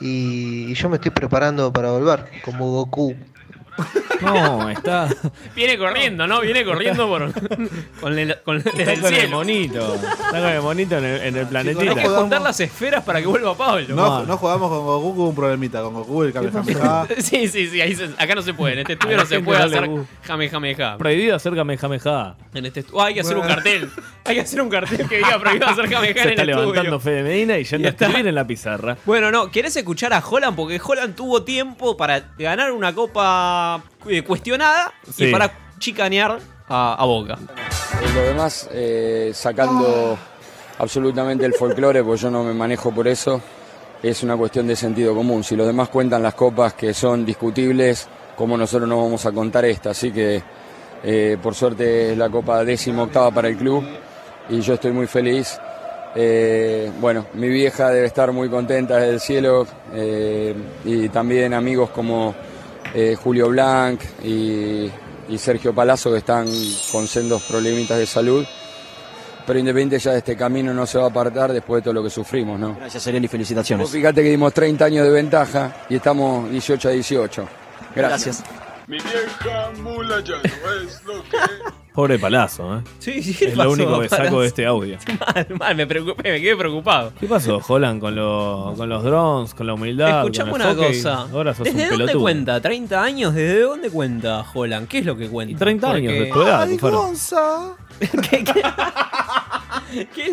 Speaker 9: Y, y yo me estoy preparando para volver, como Goku.
Speaker 4: No, está, está
Speaker 3: Viene corriendo, ¿no? Viene corriendo por, con el, con, desde el
Speaker 4: con el
Speaker 3: cielo.
Speaker 4: monito. Está con el monito en el, en el
Speaker 3: Hay que
Speaker 4: planetita.
Speaker 3: juntar las esferas para que vuelva Pablo.
Speaker 5: No, no jugamos con Goku, hubo un problemita. Con Goku, el cable jamás.
Speaker 3: Sí, sí, sí, ahí se- acá no se puede. En
Speaker 4: A
Speaker 3: este estudio
Speaker 4: la
Speaker 3: no se
Speaker 4: gente
Speaker 3: puede
Speaker 4: no le
Speaker 3: hacer
Speaker 4: gusta.
Speaker 3: jame, jame, jame.
Speaker 4: Prohibido hacer gamejamejada.
Speaker 3: En este estu- Ah, hay que hacer un cartel. Hay que hacer un cartel que diga prohibido hacer jame,
Speaker 4: Se
Speaker 3: jame en
Speaker 4: está
Speaker 3: el
Speaker 4: levantando
Speaker 3: estudio.
Speaker 4: Fede Medina y yendo
Speaker 3: Y
Speaker 4: a
Speaker 3: está.
Speaker 4: escribir en la pizarra.
Speaker 3: Bueno, no, ¿querés escuchar a Holland? Porque Holland tuvo tiempo para ganar una copa eh, cuestionada y
Speaker 4: Sí.
Speaker 3: para chicanear a, a Boca.
Speaker 11: Lo demás, eh, sacando absolutamente el folclore, porque yo no me manejo por eso, es una cuestión de sentido común. Si los demás cuentan las copas que son discutibles, como nosotros no vamos a contar esta. Así que, eh, por suerte, es la copa décimo octava para el club y yo estoy muy feliz. Eh, bueno, mi vieja debe estar muy contenta desde el cielo eh, y también amigos como eh, Julio Blanc y, y Sergio Palazzo que están con sendos problemitas de salud. Pero Independiente ya de este camino no se va a apartar después de todo lo que sufrimos, ¿no?
Speaker 12: Gracias, Ariel, y
Speaker 11: Vos
Speaker 12: felicitaciones.
Speaker 11: fíjate que dimos 30 años de ventaja y estamos 18 a 18. Gracias.
Speaker 13: Mi vieja mula ya no es lo que
Speaker 4: Pobre Palazzo, ¿eh?
Speaker 3: Sí, sí,
Speaker 4: Es lo
Speaker 3: pasó,
Speaker 4: único que
Speaker 3: Palazzo?
Speaker 4: saco de este audio.
Speaker 3: Mal, mal, me, preocupé, me quedé preocupado.
Speaker 4: ¿Qué pasó, Holland, con, lo- con los drones, con la humildad?
Speaker 3: Escuchame
Speaker 4: con
Speaker 3: una
Speaker 4: el hockey?
Speaker 3: cosa.
Speaker 4: Ahora sos
Speaker 3: ¿Desde
Speaker 4: un
Speaker 3: dónde
Speaker 4: pelotudo.
Speaker 3: cuenta? ¿30 años? ¿Desde dónde cuenta Holland? ¿Qué es lo que cuenta?
Speaker 4: 30 años
Speaker 3: Porque-
Speaker 4: de tu edad, Faro.
Speaker 5: Gonza.
Speaker 3: ¿Qué es lo que, ¿Qué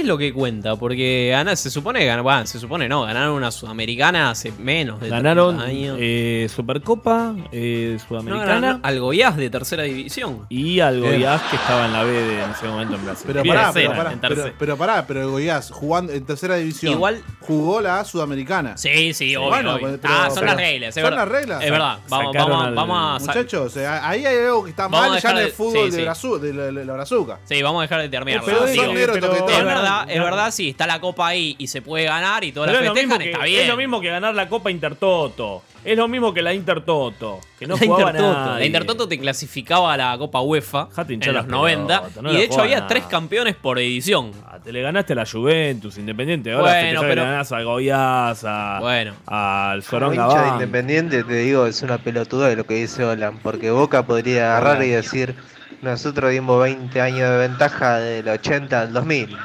Speaker 3: es lo que cuenta? Porque gana- se supone que gana- bueno, se supone no, ganaron una sudamericana hace menos de 30
Speaker 4: Ganaron
Speaker 3: años.
Speaker 4: eh, Supercopa eh,
Speaker 3: No,
Speaker 4: Sudamericana
Speaker 3: ganaron al Goiás de tercera división.
Speaker 4: y al
Speaker 3: Bien.
Speaker 4: Goiás que estaba en la B de, en ese momento en Brasil.
Speaker 5: Pero
Speaker 3: Bien,
Speaker 5: pará,
Speaker 3: tercera,
Speaker 5: pero pará,
Speaker 3: en
Speaker 5: pero,
Speaker 3: tercera.
Speaker 5: pero pará, pero el Goiás jugando en tercera división.
Speaker 3: Igual-
Speaker 5: jugó la A Sudamericana.
Speaker 3: Sí, sí, obvio.
Speaker 5: Bueno,
Speaker 3: obvio.
Speaker 5: pero-
Speaker 3: ah, son
Speaker 5: pero-
Speaker 3: las reglas. es
Speaker 5: son
Speaker 3: verdad.
Speaker 5: las reglas.
Speaker 3: Es verdad. Vamos,
Speaker 4: Sacaron
Speaker 3: vamos,
Speaker 4: al-
Speaker 3: vamos a. sa-
Speaker 5: Muchachos, eh, ahí hay algo que está
Speaker 3: Vamos a
Speaker 5: mal ya
Speaker 3: dejar
Speaker 5: en el
Speaker 3: de-
Speaker 5: fútbol
Speaker 3: sí,
Speaker 5: de,
Speaker 3: sí.
Speaker 5: Brazu- de la, de la Brazuca.
Speaker 3: Sí, vamos a dejar de terminar.
Speaker 4: Pero
Speaker 3: ¿verdad?
Speaker 4: digo,
Speaker 3: Sí,
Speaker 5: son negros
Speaker 4: pero-
Speaker 5: toquetones.
Speaker 3: es verdad, es verdad, sí, está la copa ahí y se puede ganar y todas las
Speaker 4: Pero es lo, mismo
Speaker 3: festejan,
Speaker 4: que,
Speaker 3: está
Speaker 4: es lo
Speaker 3: bien.
Speaker 4: mismo que ganar la Copa Intertoto. Es lo mismo que la Intertoto. Que no
Speaker 3: la
Speaker 4: jugaba
Speaker 3: Intertoto.
Speaker 4: nadie.
Speaker 3: La Intertoto te clasificaba a la Copa UEFA
Speaker 4: Dejate hinchar
Speaker 3: en los
Speaker 4: las
Speaker 3: 90
Speaker 4: pelotas, no
Speaker 3: y
Speaker 4: la
Speaker 3: de hecho
Speaker 4: juega
Speaker 3: había
Speaker 4: nada.
Speaker 3: tres campeones por edición.
Speaker 4: Ah, Te le ganaste a la Juventus, Independiente. Ahora
Speaker 3: Bueno,
Speaker 4: te pensás que
Speaker 3: pero-
Speaker 4: le ganás al Goiás, a-
Speaker 3: Bueno.
Speaker 4: al
Speaker 9: Como
Speaker 4: Soronga
Speaker 9: hincha de
Speaker 4: Bank.
Speaker 9: Independiente, te digo, es una pelotuda de lo que dice Olan, porque Boca podría agarrar y decir, nosotros dimos 20 años de ventaja del 80 al 2000.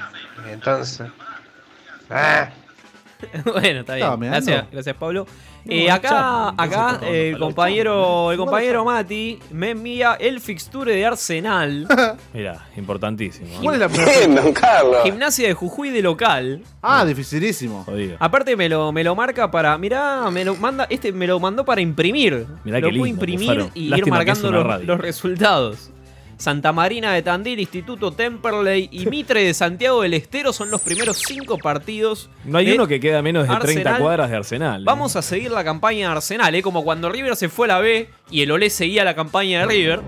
Speaker 9: Entonces... ¡ah!
Speaker 3: bueno, está
Speaker 5: Estaba
Speaker 3: bien.
Speaker 5: meando.
Speaker 3: Gracias, gracias Pablo.
Speaker 4: No,
Speaker 3: Eh,
Speaker 4: la
Speaker 3: acá,
Speaker 4: chapa, entonces,
Speaker 3: acá
Speaker 4: por favor,
Speaker 3: el
Speaker 4: la
Speaker 3: compañero, el compañero Mati me envía el fixture de Arsenal,
Speaker 4: Mirá, importantísimo. ¿eh?
Speaker 5: ¿Cuál es la primera?
Speaker 3: gimnasia de Jujuy de local.
Speaker 5: Ah, dificilísimo.
Speaker 4: Jodido.
Speaker 3: Aparte me lo, me lo marca para, mirá, me lo manda, este me lo mandó para imprimir.
Speaker 4: Mirá
Speaker 3: lo
Speaker 4: qué lindo,
Speaker 3: puedo imprimir
Speaker 4: Cufaro.
Speaker 3: y ir
Speaker 4: Lástima que es
Speaker 3: marcando
Speaker 4: una
Speaker 3: los,
Speaker 4: radio.
Speaker 3: los resultados. Santa Marina de Tandil, Instituto Temperley y Mitre de Santiago del Estero son los primeros cinco partidos.
Speaker 4: No hay
Speaker 3: de
Speaker 4: uno que queda menos de 30
Speaker 3: Arsenal.
Speaker 4: cuadras de Arsenal. ¿eh?
Speaker 3: Vamos a seguir la campaña de Arsenal, ¿eh? como cuando River se fue a la B y el Olé seguía la campaña de River.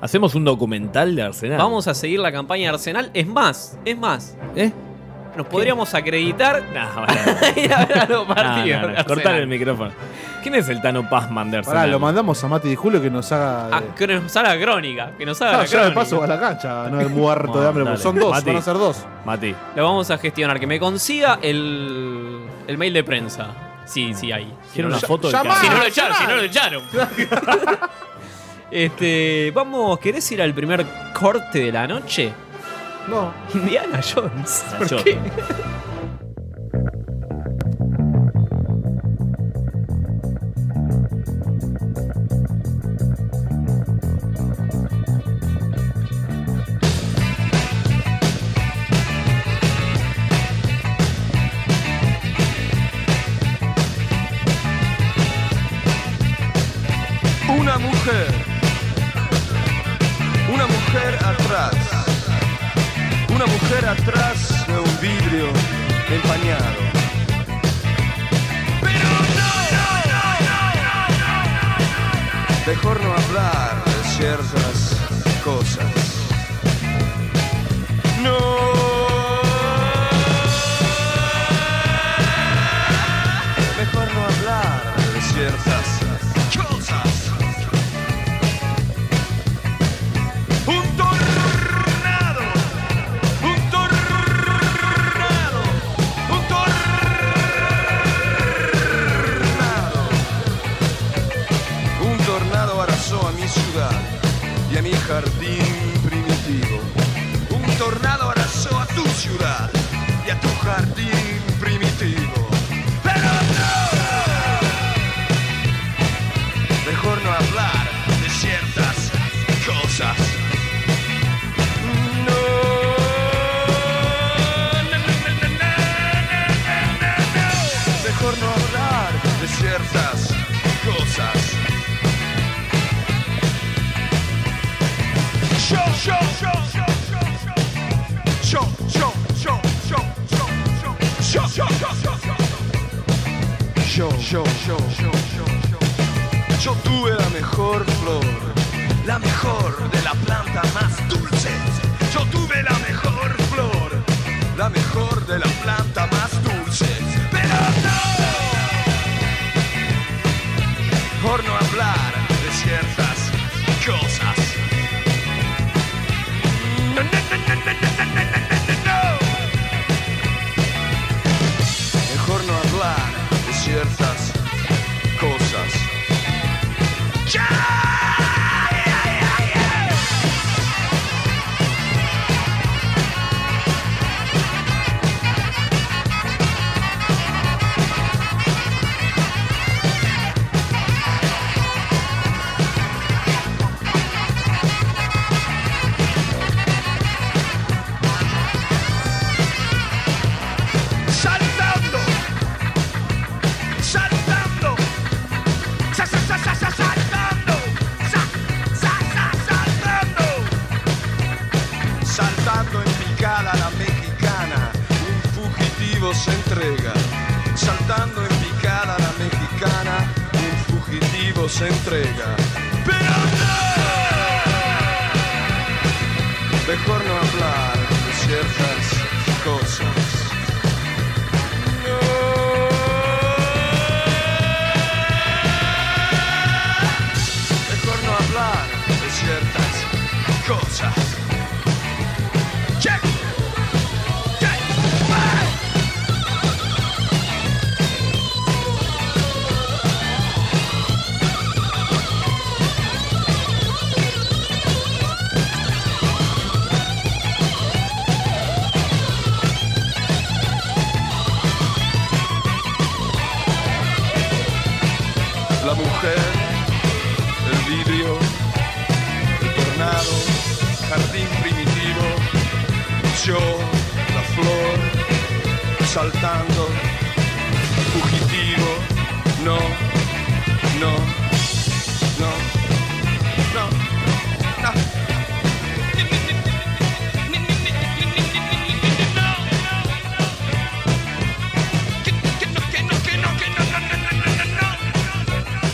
Speaker 4: Hacemos un documental de Arsenal.
Speaker 3: Vamos a seguir la campaña de Arsenal. Es más, es más,
Speaker 4: ¿Eh?
Speaker 3: nos podríamos acreditar
Speaker 4: Nah, pará.
Speaker 3: y a los
Speaker 4: Nah,
Speaker 3: partidos.
Speaker 4: nah,
Speaker 3: de
Speaker 4: nah, Cortar
Speaker 3: Arsenal.
Speaker 4: el micrófono. ¿Quién es el Tano Pazman de Arsenal?
Speaker 5: Pará, lo mandamos a Mati y Julio que nos haga.
Speaker 3: Ah,
Speaker 5: de-
Speaker 3: que nos haga crónica, que nos haga
Speaker 5: Ah,
Speaker 3: la
Speaker 5: yo me
Speaker 3: crónica.
Speaker 5: paso a la cancha, no el muerto de hambre,
Speaker 4: Bueno,
Speaker 5: porque son
Speaker 4: dale.
Speaker 5: dos,
Speaker 4: Mati.
Speaker 5: van a ser dos.
Speaker 4: Mati.
Speaker 3: Lo vamos a gestionar, que me consiga el, el mail de prensa. Sí, sí, hay. Si no,
Speaker 4: Ah. Quiero una
Speaker 3: lo-
Speaker 4: foto del
Speaker 5: llamá.
Speaker 3: si no
Speaker 4: canal.
Speaker 3: lo echaron, si no lo echaron. este, vamos, ¿querés ir al primer corte de la noche?
Speaker 5: No.
Speaker 3: Indiana Jones.
Speaker 4: La
Speaker 3: ¿Por
Speaker 4: chota.
Speaker 3: qué?
Speaker 13: mujer. Una mujer atrás. Una mujer atrás de un vidrio empañado. Mejor no hablar de ciertas cosas. No. Mejor no hablar de ciertas cosas. Un tornado, un tornado, un tornado. Un tornado arrasó a mi ciudad y a mi jardín primitivo. Un tornado arrasó a tu ciudad y a tu jardín primitivo. Pero no, mejor no hablar de ciertas cosas. No, na, na, na, na, na, na, na, no. Mejor no hablar de ciertas cosas. Yo, yo, yo, yo, yo, yo, yo, yo, yo, yo, yo, yo, yo, yo. Yo, yo, yo, yo, yo, yo. Yo tuve la mejor flor, la mejor de la planta más dulce. Yo tuve la mejor flor, la mejor de la planta más dulce. Pero no, por no hablar de ciertas cosas. No, no, no, no, no, no, no, no, no, no. Mejor no hablar de ciertas cosas. ¡Ya! Saltando, saltando, sa sa sa sa sa- saltando, sa sa sa saltando, saltando en picada la mexicana, un fugitivo se entrega, saltando en picada la mexicana, un fugitivo se entrega. Pero no, mejor no hablar de ciertas cosas. Mejor no hablar de ciertas cosas. Check. Check. Bye. La mujer, el vidrio, el tornado, jardín primitivo, yo, la flor, saltando, fugitivo, no, no, no, no, no. Que no, que no, que no, que no, no, no, no, no, no, no.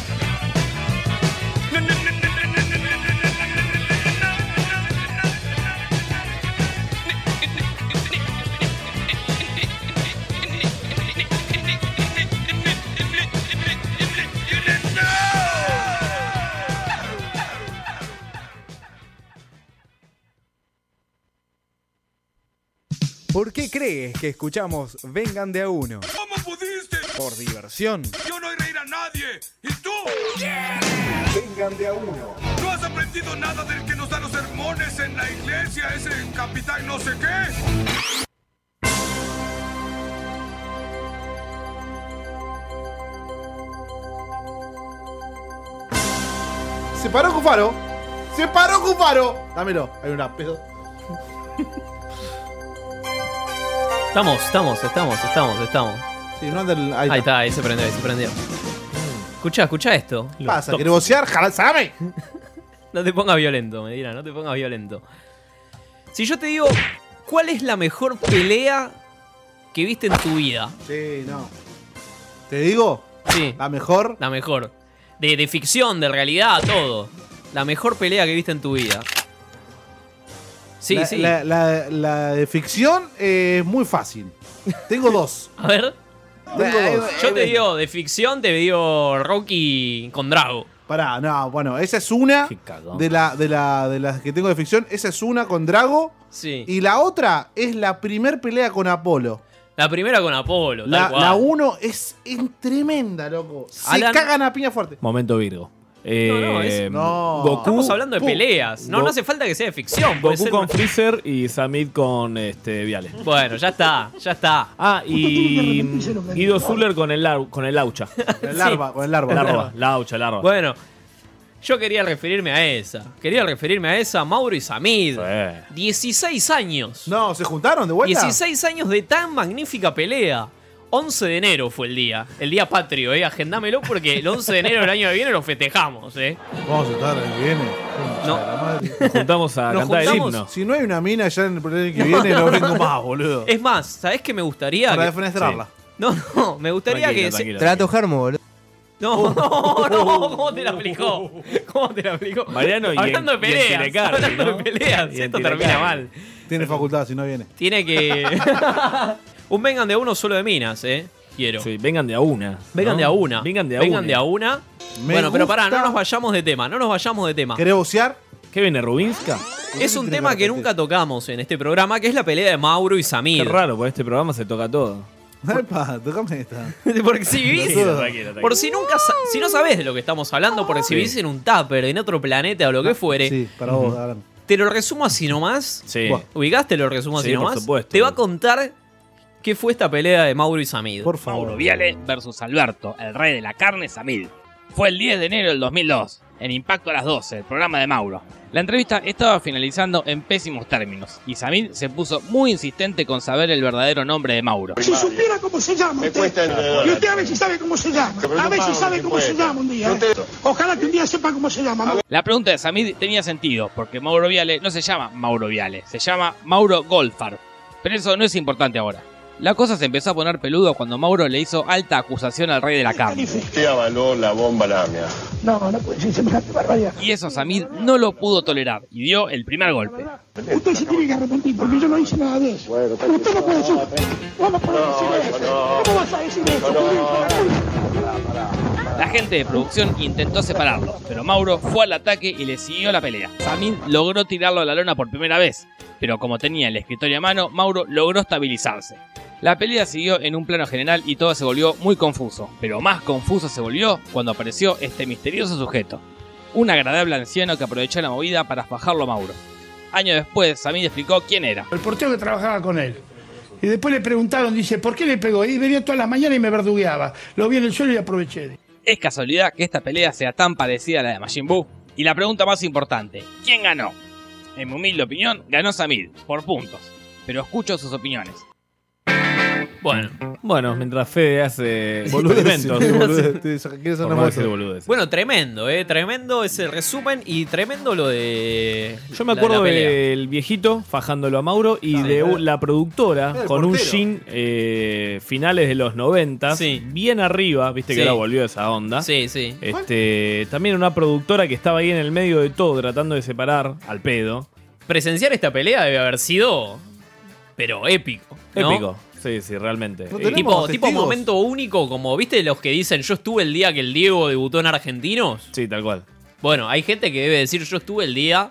Speaker 14: ¿Por qué crees que escuchamos Vengan de a uno?
Speaker 13: ¿Cómo pudiste?
Speaker 14: Por diversión.
Speaker 13: Yo no iré a ir a nadie. ¿Y tú?
Speaker 14: Vengan de a uno.
Speaker 13: ¿No has aprendido nada del que nos da los sermones en la iglesia? Ese capitán no sé qué.
Speaker 5: Se paró Cufaro. Se paró Cufaro. Dámelo. Hay una pedo.
Speaker 3: Estamos, estamos, estamos, estamos, estamos.
Speaker 5: Sí, no anda el-
Speaker 3: Ahí
Speaker 5: ahí
Speaker 3: está, ahí se prendió, ahí se prendió. Escucha, escucha esto.
Speaker 5: ¿Qué pasa? ¿Querés bocear? ¡Jalazame!
Speaker 3: No te pongas violento, me dirán, no te pongas violento. Si yo te digo, ¿cuál es la mejor pelea que viste en tu vida?
Speaker 5: Sí, no. ¿Te digo?
Speaker 3: Sí.
Speaker 5: ¿La mejor?
Speaker 3: La mejor. De, de ficción, de realidad, todo. La mejor pelea que viste en tu vida. Sí,
Speaker 5: la,
Speaker 3: sí.
Speaker 5: La, la- la de ficción eh, es muy fácil. Tengo dos.
Speaker 3: A ver.
Speaker 5: Tengo dos.
Speaker 3: Yo te digo, de ficción te digo Rocky con Drago.
Speaker 5: Pará, no, bueno, esa es una de, la, de, la, de las que tengo de ficción. Esa es una con Drago.
Speaker 3: Sí.
Speaker 5: Y la otra es la primer pelea con Apolo.
Speaker 3: La primera con Apolo, tal
Speaker 5: La,
Speaker 3: cual.
Speaker 5: la uno es, es tremenda, loco. Se
Speaker 3: Alan-
Speaker 5: cagan a piña fuerte.
Speaker 4: Momento Virgo.
Speaker 3: No, no, es-
Speaker 4: Eh,
Speaker 5: No.
Speaker 4: Goku-
Speaker 3: Estamos hablando de
Speaker 4: Pu-
Speaker 3: peleas. No,
Speaker 4: Go-
Speaker 3: no hace falta que sea de ficción. puede
Speaker 4: Goku
Speaker 3: ser
Speaker 4: con
Speaker 3: una-
Speaker 4: Freezer y Samid con este, Viale.
Speaker 3: Bueno, ya está, ya está.
Speaker 4: Ah, y mm, Guido Zuller con el, lar- con el Laucha.
Speaker 5: El larva, con el larva.
Speaker 4: Larva, Laucha, Larva.
Speaker 3: Bueno, yo quería referirme a esa. Quería referirme a esa, Mauro y Samid. 16 años.
Speaker 5: No, ¿se juntaron de vuelta?
Speaker 3: 16 años de tan magnífica pelea. 11 de enero fue el día. El día patrio, ¿eh? Agendámelo porque el 11 de enero del año que viene lo festejamos, ¿eh?
Speaker 5: Vamos a estar el que viene.
Speaker 3: No.
Speaker 4: Nos juntamos a
Speaker 5: Nos
Speaker 4: cantar
Speaker 5: juntamos.
Speaker 4: el himno.
Speaker 5: Si no hay una mina ya en el programa que viene, no vengo más, boludo.
Speaker 3: Es más, ¿sabés qué me gustaría?
Speaker 5: Para
Speaker 3: que-
Speaker 5: defenestrarla.
Speaker 3: Sí. No, no, me gustaría
Speaker 5: Tranquilo,
Speaker 3: que... se-
Speaker 5: tranquilo.
Speaker 7: Te la germo, boludo.
Speaker 4: Uh.
Speaker 3: No, no, no, ¿cómo te la aplicó? ¿Cómo te la aplicó?
Speaker 4: Mariano y
Speaker 3: hablando
Speaker 4: en-
Speaker 3: de
Speaker 4: y en
Speaker 3: peleas,
Speaker 4: Tirecardi,
Speaker 3: hablando
Speaker 4: ¿no?
Speaker 3: de peleas,
Speaker 4: Y en
Speaker 3: esto termina
Speaker 4: Tirecardi.
Speaker 3: mal.
Speaker 5: Tiene facultad si no viene.
Speaker 3: Tiene que un vengan de a uno solo de minas, ¿eh? Quiero.
Speaker 4: Sí, vengan de a una.
Speaker 3: Vengan
Speaker 4: ¿no?
Speaker 3: de a una.
Speaker 4: Vengan de a una.
Speaker 3: a una.
Speaker 5: Me
Speaker 3: bueno, pero pará,
Speaker 5: gusta-
Speaker 3: no nos vayamos de tema, no nos vayamos de tema.
Speaker 5: ¿Querés bocear?
Speaker 4: ¿Qué viene, Rubinska?
Speaker 3: Es un tema que nunca tocamos en este programa, que es la pelea de Mauro y
Speaker 4: Qué
Speaker 3: Samir.
Speaker 4: raro, por este programa se toca todo.
Speaker 5: Epa, tocame esta.
Speaker 3: Porque si vivís.
Speaker 4: Tranquilo, tranquilo, tranquilo.
Speaker 3: Por si nunca sa- si no sabés de lo que estamos hablando, porque si
Speaker 4: Sí.
Speaker 3: vivís en un tupper, en otro planeta o lo que fuere,
Speaker 5: Ah, Sí, para vos, Alan.
Speaker 3: te lo resumo así nomás.
Speaker 4: Sí.
Speaker 3: Ubicaste lo resumo así
Speaker 4: Sí, por
Speaker 3: nomás.
Speaker 4: supuesto.
Speaker 3: Te va a contar qué fue esta pelea de Mauro y Samid.
Speaker 5: Por favor.
Speaker 12: Viale versus Alberto, el rey de la carne Samid. Fue el 10 de enero del 2002, en Impacto a las 12, el programa de Mauro. La entrevista estaba finalizando en pésimos términos y Samid se puso muy insistente con saber el verdadero nombre de Mauro.
Speaker 15: Si supiera cómo se llama usted, y usted a veces sabe cómo se llama,
Speaker 12: Pero
Speaker 15: a
Speaker 12: no
Speaker 15: veces
Speaker 12: pago
Speaker 15: sabe
Speaker 12: lo que
Speaker 15: cómo se
Speaker 12: cuesta.
Speaker 15: llama un día.
Speaker 12: No
Speaker 15: eh.
Speaker 12: te-
Speaker 15: Ojalá que un día sepa cómo se llama.
Speaker 12: La pregunta de Samid tenía sentido, porque Mauro Viale no se llama Mauro Viale, se llama Mauro Golfar. Pero eso no es importante ahora. La cosa se empezó a poner peludo cuando Mauro le hizo alta acusación al rey de la carne.
Speaker 8: Usted avaló la bomba lámina.
Speaker 15: No, no puede ser semejante barbaridad.
Speaker 12: Y eso Samid no lo pudo tolerar y dio el primer golpe.
Speaker 15: Usted se tiene que arrepentir porque yo no hice nada de eso.
Speaker 14: pues
Speaker 15: usted no puede decir, no, no puede decir eso. ¿Cómo vas a decir eso?
Speaker 12: La gente de producción intentó separarlo, pero Mauro fue al ataque y le siguió la pelea. Samid logró tirarlo a la lona por primera vez, pero como tenía el escritorio a mano, Mauro logró estabilizarse. La pelea siguió en un plano general y todo se volvió muy confuso, pero más confuso se volvió cuando apareció este misterioso sujeto. Un agradable anciano que aprovechó la movida para fajarlo a Mauro. Años después, Samid explicó quién era.
Speaker 15: El portero que trabajaba con él. Y después le preguntaron, dice, ¿por qué le pegó? Y venía todas las mañanas y me verdugueaba. Lo vi en el suelo y aproveché.
Speaker 12: ¿Es casualidad que esta pelea sea tan parecida a la de Majin Buu? Y la pregunta más importante, ¿quién ganó? En mi humilde opinión, ganó Samir, por puntos. Pero escucho sus opiniones.
Speaker 3: Bueno.
Speaker 4: Bueno, mientras Fede hace
Speaker 5: Boludeces,
Speaker 4: experimentos.
Speaker 5: boludeces, ¿quieres hacer
Speaker 4: Por
Speaker 5: una
Speaker 4: no
Speaker 5: moto?
Speaker 4: decir boludeces.
Speaker 3: Bueno, tremendo, ¿eh? Tremendo es el resumen y tremendo lo de.
Speaker 4: Yo me acuerdo del viejito fajándolo a Mauro y de u- la productora
Speaker 3: El
Speaker 4: con un
Speaker 3: portero.
Speaker 4: jean eh, finales de los 90, bien arriba, viste que
Speaker 3: Sí.
Speaker 4: ahora volvió esa onda.
Speaker 3: Sí, sí.
Speaker 4: Este, también una productora que estaba ahí en el medio de todo tratando de separar al pedo.
Speaker 3: Presenciar esta pelea debe haber sido. Pero épico. ¿no?
Speaker 4: Épico. Sí, sí, realmente.
Speaker 3: Eh,
Speaker 4: Y-
Speaker 3: tipo, tipo
Speaker 4: testigos.
Speaker 3: momento único, como viste los que dicen yo estuve el día que el Diego debutó en Argentinos.
Speaker 4: Sí, tal cual.
Speaker 3: Bueno, hay gente que debe decir yo estuve el día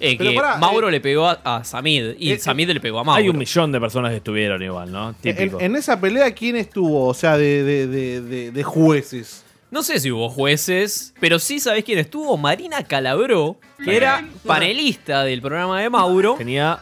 Speaker 3: eh,
Speaker 4: Pero
Speaker 3: que
Speaker 4: pará,
Speaker 3: Mauro le pegó a, a Samid y
Speaker 4: eh,
Speaker 3: Samid le pegó a Mauro.
Speaker 4: Hay un millón de personas que estuvieron igual, ¿no? Típico.
Speaker 5: En, en esa pelea, ¿quién estuvo? O sea, de, de, de, de, de jueces.
Speaker 3: No sé si hubo jueces, pero sí sabés quién estuvo, Marina Calabró, que era panelista del programa de Mauro.
Speaker 4: Tenía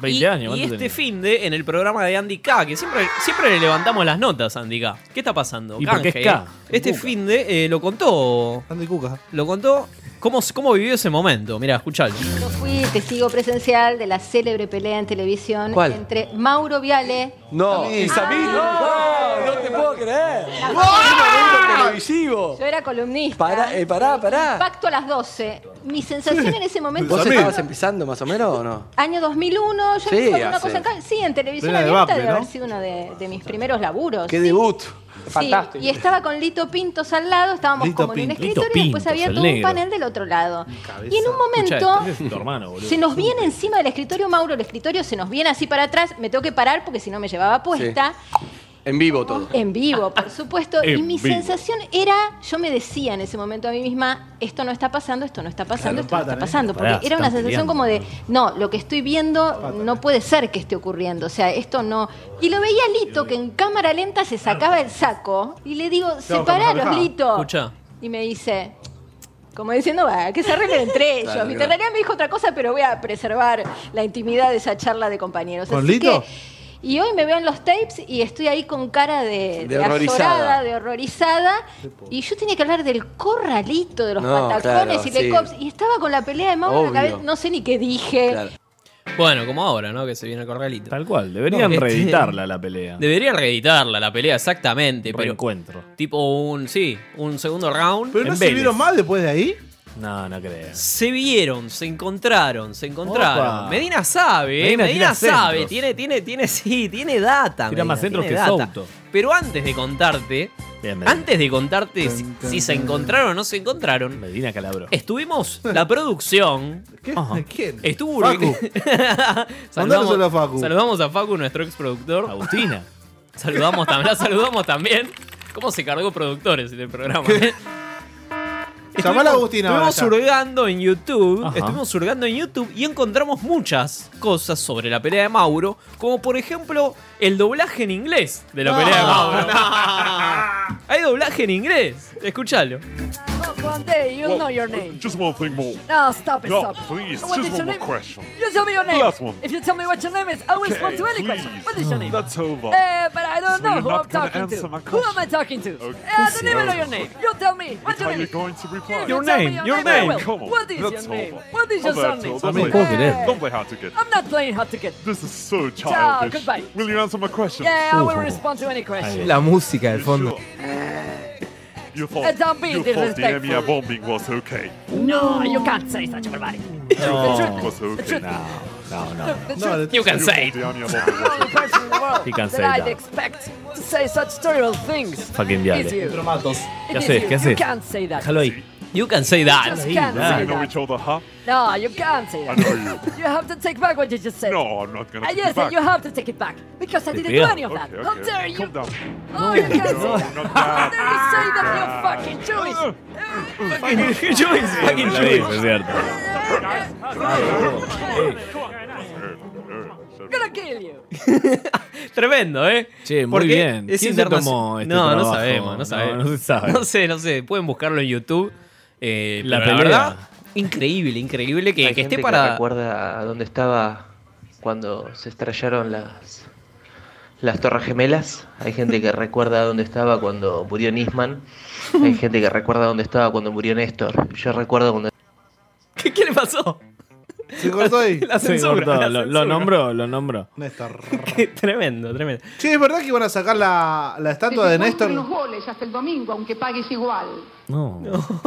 Speaker 4: 20
Speaker 3: y,
Speaker 4: años,
Speaker 3: Y
Speaker 4: ¿cuánto
Speaker 3: este
Speaker 4: tenía?
Speaker 3: fin de, en el programa de Andy K, que siempre, siempre le levantamos las notas a Andy K. ¿Qué está pasando?
Speaker 4: ¿Y por qué es
Speaker 3: Canje,
Speaker 4: K?
Speaker 3: ¿eh? Este fin de eh, lo contó.
Speaker 5: Andy Cuca.
Speaker 3: Lo contó. ¿Cómo, cómo vivió ese momento? Mirá, escuchalo.
Speaker 16: Yo fui testigo presencial de la célebre pelea en televisión
Speaker 3: ¿Cuál?
Speaker 16: entre Mauro Viale Ah.
Speaker 17: No, y Samir, no, no te puedo creer.
Speaker 16: Las
Speaker 17: ¡Ah!
Speaker 16: dos.
Speaker 17: televisivo.
Speaker 16: Yo era columnista.
Speaker 17: Pará, eh, pará, pará.
Speaker 16: Impacto a las 12. Mi sensación en ese momento
Speaker 17: ¿Vos
Speaker 16: fue-
Speaker 17: estabas empezando más o menos o no?
Speaker 16: Año 2001, yo
Speaker 17: Sí,
Speaker 16: empecé con una
Speaker 17: hace-
Speaker 16: cosa en ca- Sí, en televisión
Speaker 17: Era de
Speaker 16: abierta
Speaker 17: Baple,
Speaker 16: debe haber
Speaker 17: ¿no?
Speaker 16: sido uno de, de mis primeros laburos.
Speaker 17: ¡Qué
Speaker 16: sí.
Speaker 17: debut!
Speaker 16: Sí, y estaba con Lito Pintos al lado, estábamos
Speaker 17: Lito
Speaker 16: como en un
Speaker 17: Pintos.
Speaker 16: escritorio
Speaker 17: Lito
Speaker 16: y después había
Speaker 17: Pintos,
Speaker 16: todo
Speaker 17: el
Speaker 16: un
Speaker 17: negro.
Speaker 16: panel del otro lado.
Speaker 17: Cabeza.
Speaker 16: Y en un momento se nos viene encima del escritorio Mauro, el escritorio se nos viene así para atrás, me tengo que parar porque si no me llevaba puesta.
Speaker 17: En vivo todo.
Speaker 16: En vivo, por supuesto. y
Speaker 17: En
Speaker 16: mi
Speaker 17: vivo.
Speaker 16: sensación era, yo me decía en ese momento a mí misma, esto no está pasando, esto no está pasando, esto no está
Speaker 17: ¿eh?
Speaker 16: pasando. Porque
Speaker 17: Pará, se
Speaker 16: era una
Speaker 17: están
Speaker 16: sensación
Speaker 17: peleando.
Speaker 16: como de, no, lo que estoy viendo
Speaker 17: ¿eh?
Speaker 16: no puede ser que esté ocurriendo. O sea, esto no. Y lo veía a Lito, que en cámara lenta se sacaba el saco, y le digo,
Speaker 3: Claro, como
Speaker 16: separaros,
Speaker 3: relajado.
Speaker 16: Lito.
Speaker 3: Escuchá.
Speaker 16: Y me dice. Como diciendo, va, que se arreglen entre ellos.
Speaker 3: Claro,
Speaker 16: Mi
Speaker 3: claro.
Speaker 16: terraria me dijo otra cosa, pero voy a preservar la intimidad de esa charla de compañeros.
Speaker 17: ¿Con
Speaker 16: Así
Speaker 17: Lito?
Speaker 16: que y hoy me veo en los tapes y estoy ahí con cara de,
Speaker 17: De
Speaker 16: de
Speaker 17: horrorizada.
Speaker 16: azorada, de horrorizada. Y yo tenía que hablar del corralito, de los
Speaker 17: No,
Speaker 16: patacones
Speaker 17: claro,
Speaker 16: y de
Speaker 17: sí.
Speaker 16: cops. Y estaba con la pelea de Mauro en la
Speaker 3: Obvio.
Speaker 16: cabeza, no sé ni qué dije.
Speaker 3: Bueno, como ahora, ¿no? Que se viene el corralito. Tal cual,
Speaker 4: Deberían reeditarla la pelea.
Speaker 3: Deberían reeditarla la pelea, exactamente. Pero
Speaker 4: Reencuentro.
Speaker 3: tipo un, sí, un segundo round.
Speaker 4: Pero no En se Vélez. vieron
Speaker 5: más después de ahí?
Speaker 4: No, no creo.
Speaker 3: Se vieron, se encontraron, se encontraron.
Speaker 4: Opa.
Speaker 3: Medina sabe, eh, Medina,
Speaker 4: Medina tira
Speaker 3: sabe,
Speaker 4: centros.
Speaker 3: tiene, tiene, tiene, sí, tiene data.
Speaker 4: Tira más
Speaker 3: Medina,
Speaker 4: centros
Speaker 3: tiene
Speaker 4: que
Speaker 3: data.
Speaker 4: Souto.
Speaker 3: Pero antes de contarte, antes de contarte si, si se encontraron o no se encontraron,
Speaker 4: Medina Calabro.
Speaker 3: Estuvimos, la producción.
Speaker 5: ¿Quién?
Speaker 3: Estuvo.
Speaker 5: Facu. Mandároselo a Facu.
Speaker 3: Saludamos a Facu, nuestro ex productor.
Speaker 4: Agustina.
Speaker 3: Saludamos también, la saludamos también. ¿Cómo se cargó productores en el programa? eh?
Speaker 5: Llamala a Agustina ahora
Speaker 3: Estuvimos
Speaker 5: ya.
Speaker 3: surgando en YouTube.
Speaker 5: Ajá.
Speaker 3: Estuvimos surgando en YouTube y encontramos muchas cosas sobre la pelea de Mauro. Como por ejemplo, el doblaje en inglés de la pelea de
Speaker 5: Ah.
Speaker 3: Mauro. Hay doblaje en inglés. Escúchalo.
Speaker 18: One day you'll know your name.
Speaker 8: Just one thing more.
Speaker 18: No, stop it,
Speaker 8: No,
Speaker 18: stop. it.
Speaker 8: please,
Speaker 18: What
Speaker 8: just
Speaker 18: is your name?
Speaker 8: one more question.
Speaker 18: You tell me your name.
Speaker 8: Last one.
Speaker 18: If you tell me what your name is, I will
Speaker 8: Okay,
Speaker 18: respond to any
Speaker 8: please.
Speaker 18: question. What is your name?
Speaker 8: That's over.
Speaker 18: Uh, but I don't
Speaker 8: So
Speaker 18: know who I'm
Speaker 8: you're not gonna
Speaker 18: talking to.
Speaker 8: answer my
Speaker 18: Who am I talking to? Uh, I
Speaker 8: Yes,
Speaker 18: don't even know
Speaker 8: yes.
Speaker 18: your name. You tell me. What's your
Speaker 8: How are you
Speaker 18: name?
Speaker 8: going to reply?
Speaker 18: If you tell me your name, I will.
Speaker 8: Come on.
Speaker 18: What is
Speaker 8: That's
Speaker 18: your name?
Speaker 8: over.
Speaker 18: What is your surname?
Speaker 8: Alberto, Don't
Speaker 18: Hey,
Speaker 8: play hard to get. Don't play hard to get.
Speaker 18: I'm not playing hard to get.
Speaker 8: This is so childish.
Speaker 18: goodbye.
Speaker 8: Will you answer my question?
Speaker 18: Yeah, I
Speaker 17: Uh,
Speaker 18: will
Speaker 7: Ujú.
Speaker 18: respond to any question.
Speaker 7: La música del fondo.
Speaker 8: You thought,
Speaker 18: Uh, don't be
Speaker 8: you thought the
Speaker 18: disrespectful.
Speaker 8: EMEA bombing was okay.
Speaker 18: No, you can't say such a barbarie.
Speaker 8: No.
Speaker 18: The truth-
Speaker 8: Was
Speaker 18: the
Speaker 8: Oh, okay.
Speaker 18: truth-
Speaker 4: No,
Speaker 18: no. the truth-
Speaker 8: You can say it.
Speaker 18: the only person in the world
Speaker 4: He can say
Speaker 18: that I'd
Speaker 4: that.
Speaker 18: expect to say such terrible things.
Speaker 4: Fucking
Speaker 18: It
Speaker 4: diable.
Speaker 18: is you. It
Speaker 4: ¿Qué
Speaker 18: is
Speaker 4: haces?
Speaker 18: you.
Speaker 4: ¿Qué haces?
Speaker 18: You can't say that.
Speaker 4: Déjalo ahí.
Speaker 3: You can say that.
Speaker 18: Just can't
Speaker 4: Dale.
Speaker 18: say
Speaker 8: We know
Speaker 18: that.
Speaker 8: each other, huh?
Speaker 18: No, you can't say
Speaker 8: I
Speaker 18: that.
Speaker 8: know you.
Speaker 18: You have to take back what you just said.
Speaker 8: No, I'm not gonna
Speaker 18: Uh,
Speaker 8: take
Speaker 18: yes,
Speaker 8: it back.
Speaker 18: you have to take it back because I
Speaker 8: Te
Speaker 18: didn't do
Speaker 8: pega.
Speaker 18: any of that.
Speaker 8: Okay,
Speaker 18: How
Speaker 8: okay.
Speaker 18: dare you?
Speaker 8: Calm down.
Speaker 18: Oh, you can't
Speaker 8: No,
Speaker 18: say that.
Speaker 8: not
Speaker 18: How
Speaker 8: that.
Speaker 18: dare you say that you're fucking Jewish?
Speaker 4: Fucking Jewish. Fucking
Speaker 13: la
Speaker 4: Jewish.
Speaker 13: vi,
Speaker 4: Es cierto.
Speaker 18: I'm gonna kill you.
Speaker 3: Tremendo, ¿eh?
Speaker 4: Che, muy
Speaker 3: Porque
Speaker 4: bien.
Speaker 3: es
Speaker 4: ¿Quién se
Speaker 3: internacio-
Speaker 4: tomó este
Speaker 3: no, no
Speaker 4: trabajo?
Speaker 3: sabemos, no
Speaker 4: No,
Speaker 3: sabemos.
Speaker 4: no se sabe.
Speaker 3: No sé, no sé. Pueden buscarlo en YouTube. Eh,
Speaker 4: La
Speaker 3: pero la
Speaker 4: pelea.
Speaker 3: verdad, increíble, increíble que,
Speaker 9: Hay
Speaker 3: que esté
Speaker 9: gente que
Speaker 3: para.
Speaker 9: recuerda a dónde estaba cuando se estrellaron las las torres gemelas. Hay gente que recuerda dónde estaba cuando murió Nisman. Hay gente que recuerda dónde estaba cuando murió Néstor. Yo recuerdo cuando
Speaker 3: ¿Qué, qué le pasó?
Speaker 5: Se cortó ahí.
Speaker 3: La
Speaker 4: Sí,
Speaker 3: censura,
Speaker 4: cortó.
Speaker 3: la
Speaker 4: Lo, lo
Speaker 3: censura.
Speaker 4: nombró, lo nombró.
Speaker 5: Néstor.
Speaker 3: Qué tremendo, tremendo.
Speaker 5: Che, ¿es verdad que iban a sacar la, la estatua de Néstor?
Speaker 19: los goles hasta el domingo, aunque pagues igual.
Speaker 4: No.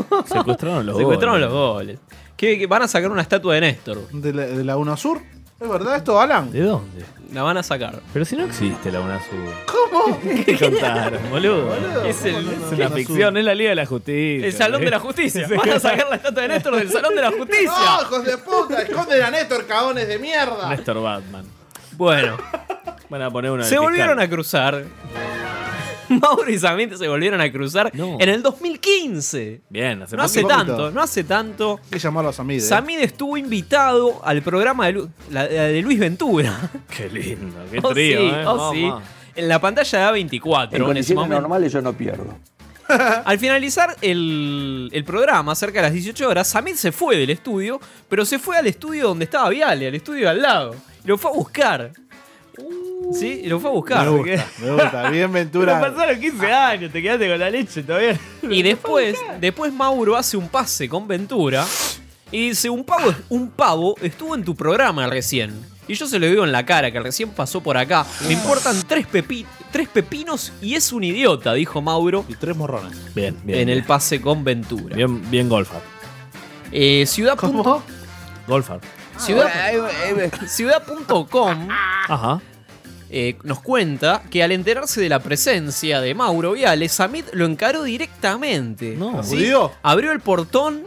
Speaker 4: Secuestraron los
Speaker 3: Secuestraron
Speaker 4: goles.
Speaker 3: los goles. ¿Qué, qué- van a sacar una estatua de Néstor.
Speaker 5: ¿De la, de la UNASUR? ¿Es verdad esto, Alan?
Speaker 4: ¿De dónde?
Speaker 3: La van a sacar.
Speaker 4: Pero si no existe la UNASUR.
Speaker 5: ¿Cómo?
Speaker 4: ¿Qué contaron, boludo?
Speaker 3: Es el-
Speaker 4: Es una ficción, es la Liga de la Justicia.
Speaker 3: El Salón de la Justicia. Van a sacar la estatua de Néstor del Salón de la Justicia.
Speaker 5: ¡No, hijos de puta! ¡Esconden a Néstor, cagones de mierda!
Speaker 4: Néstor Batman.
Speaker 3: Bueno.
Speaker 4: Van a poner una
Speaker 3: Se volvieron a cruzar. Mauro y Samantha se volvieron a cruzar en el 2015.
Speaker 4: Bien, hace
Speaker 3: no hace
Speaker 4: poquito.
Speaker 3: tanto, no hace tanto.
Speaker 5: Hay que llamarlo a Samid. eh.
Speaker 3: Samid estuvo invitado al programa de, Lu- la- la de Luis Ventura.
Speaker 4: Qué lindo, qué
Speaker 3: Oh,
Speaker 4: trío,
Speaker 3: sí,
Speaker 4: ¿eh?
Speaker 3: oh,
Speaker 4: Vamos,
Speaker 3: sí.
Speaker 4: vamos.
Speaker 3: En la pantalla de A24.
Speaker 11: En
Speaker 3: en ese
Speaker 11: condiciones
Speaker 3: momento.
Speaker 11: normales yo no pierdo.
Speaker 3: Al finalizar el, el programa, cerca de las 18 horas, Samir se fue del estudio, pero se fue al estudio donde estaba Viale, al estudio de al lado. Y lo fue a buscar.
Speaker 4: Uh.
Speaker 3: ¿Sí? Y lo fue a buscar.
Speaker 5: Me gusta, me gusta. Bien
Speaker 3: Pero
Speaker 5: Ventura.
Speaker 4: pasaron 15 años, te quedaste con la leche todavía.
Speaker 3: Ah. Y después, después Mauro hace un pase con Ventura y dice, un pavo, un pavo estuvo en tu programa recién. Y yo se lo digo en la cara, que recién pasó por acá.
Speaker 4: Ah.
Speaker 3: Me importan tres, pepi- tres pepinos y es un idiota, dijo Mauro. Y tres morrones.
Speaker 4: Bien, bien.
Speaker 3: En el pase con Ventura.
Speaker 4: Bien, bien Golfar.
Speaker 3: Eh, ciudad. punto-
Speaker 4: Golfar.
Speaker 3: Ciudad- Ciudad.com
Speaker 4: Ajá.
Speaker 3: eh, nos cuenta que al enterarse de la presencia de Mauro Viale, Samit lo encaró directamente.
Speaker 4: No.
Speaker 3: ¿sí?
Speaker 4: ¿Judío?
Speaker 3: Abrió el portón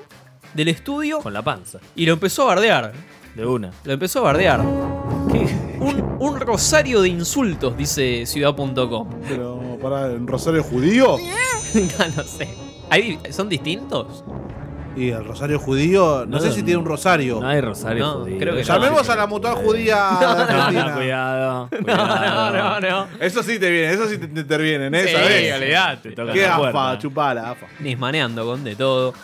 Speaker 3: del estudio
Speaker 4: Con la panza.
Speaker 3: y lo empezó a bardear.
Speaker 4: De una.
Speaker 3: Lo empezó a bardear. Un, un rosario de insultos, dice ciudad.com.
Speaker 5: Pero, pará, ¿un rosario judío?
Speaker 3: no, no sé. ¿Hay di- ¿Son distintos?
Speaker 5: Y el rosario judío, no,
Speaker 3: No,
Speaker 5: sé si tiene un rosario.
Speaker 4: No hay rosario
Speaker 3: No,
Speaker 4: judío.
Speaker 3: creo que
Speaker 5: Llamemos
Speaker 3: no.
Speaker 5: a la mutual judía de
Speaker 4: No,
Speaker 5: Argentina.
Speaker 4: no, cuidado.
Speaker 3: No, no, no.
Speaker 5: Eso sí te viene, eso sí te, te intervienen, ¿eh?
Speaker 3: Sí,
Speaker 5: ¿Sabés?
Speaker 3: olvidate, tocan
Speaker 5: Qué
Speaker 3: la
Speaker 5: afa,
Speaker 3: puerta.
Speaker 5: chupala, afa.
Speaker 3: Nismaneando con de todo.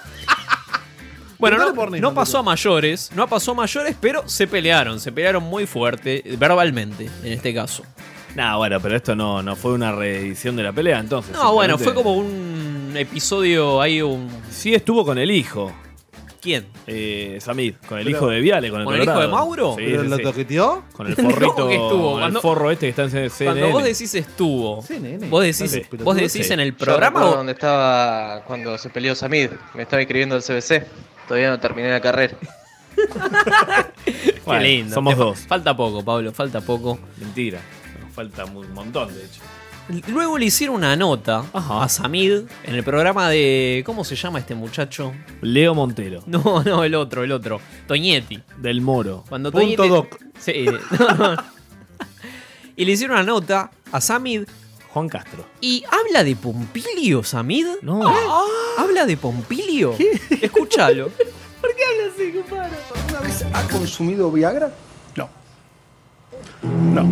Speaker 3: Bueno, no, no pasó a mayores, no pasó a mayores, pero se pelearon, se pelearon muy fuerte, verbalmente, en este caso.
Speaker 4: Nah, bueno, pero esto no, no fue una reedición de la pelea, entonces.
Speaker 3: No, bueno, fue
Speaker 4: simplemente-
Speaker 3: como un eh, episodio, hay un...
Speaker 4: Sí, estuvo con el hijo.
Speaker 3: ¿Quién?
Speaker 4: Eh, Samid, con el
Speaker 3: Pero-
Speaker 4: hijo de Viale, con el
Speaker 3: ¿Con el hijo
Speaker 4: Colorado.
Speaker 3: de Mauro?
Speaker 4: Sí,
Speaker 3: ¿Pero
Speaker 4: sí,
Speaker 3: lo
Speaker 4: sí.
Speaker 5: toqueteó?
Speaker 4: Con el
Speaker 3: No,
Speaker 4: forrito.
Speaker 3: que estuvo,
Speaker 4: con
Speaker 3: cuando-
Speaker 4: el forro este que está en CNN.
Speaker 3: Cuando vos decís estuvo, vos decís,
Speaker 9: Sí.
Speaker 3: vos decís en el
Speaker 9: Yo
Speaker 3: programa...
Speaker 9: recuerdo
Speaker 3: o-
Speaker 9: donde estaba cuando se peleó Samid. Me estaba inscribiendo al CBC. Todavía no terminé la carrera.
Speaker 3: Qué
Speaker 4: Bueno,
Speaker 3: lindo.
Speaker 4: somos
Speaker 3: Te fa-
Speaker 4: dos.
Speaker 3: Falta poco, Pablo, falta poco.
Speaker 4: Mentira. Nos falta un montón, de hecho.
Speaker 3: Luego le hicieron una nota a Samid en el programa de... ¿Cómo se llama este muchacho?
Speaker 4: Leo Montero.
Speaker 3: No, no, el otro, el otro. Toñetti.
Speaker 4: Del Moro.
Speaker 3: Cuando
Speaker 4: Punto
Speaker 3: Toñetti-
Speaker 4: doc.
Speaker 3: Sí. no, no. y le hicieron una nota a Samid.
Speaker 4: Juan Castro.
Speaker 3: ¿Y habla de Pompilio, Samid? No. ¿Habla de Pompilio? Escúchalo.
Speaker 13: ¿Por qué hablas así, compadre? Una vez
Speaker 15: ¿Ha consumido Viagra? No. No.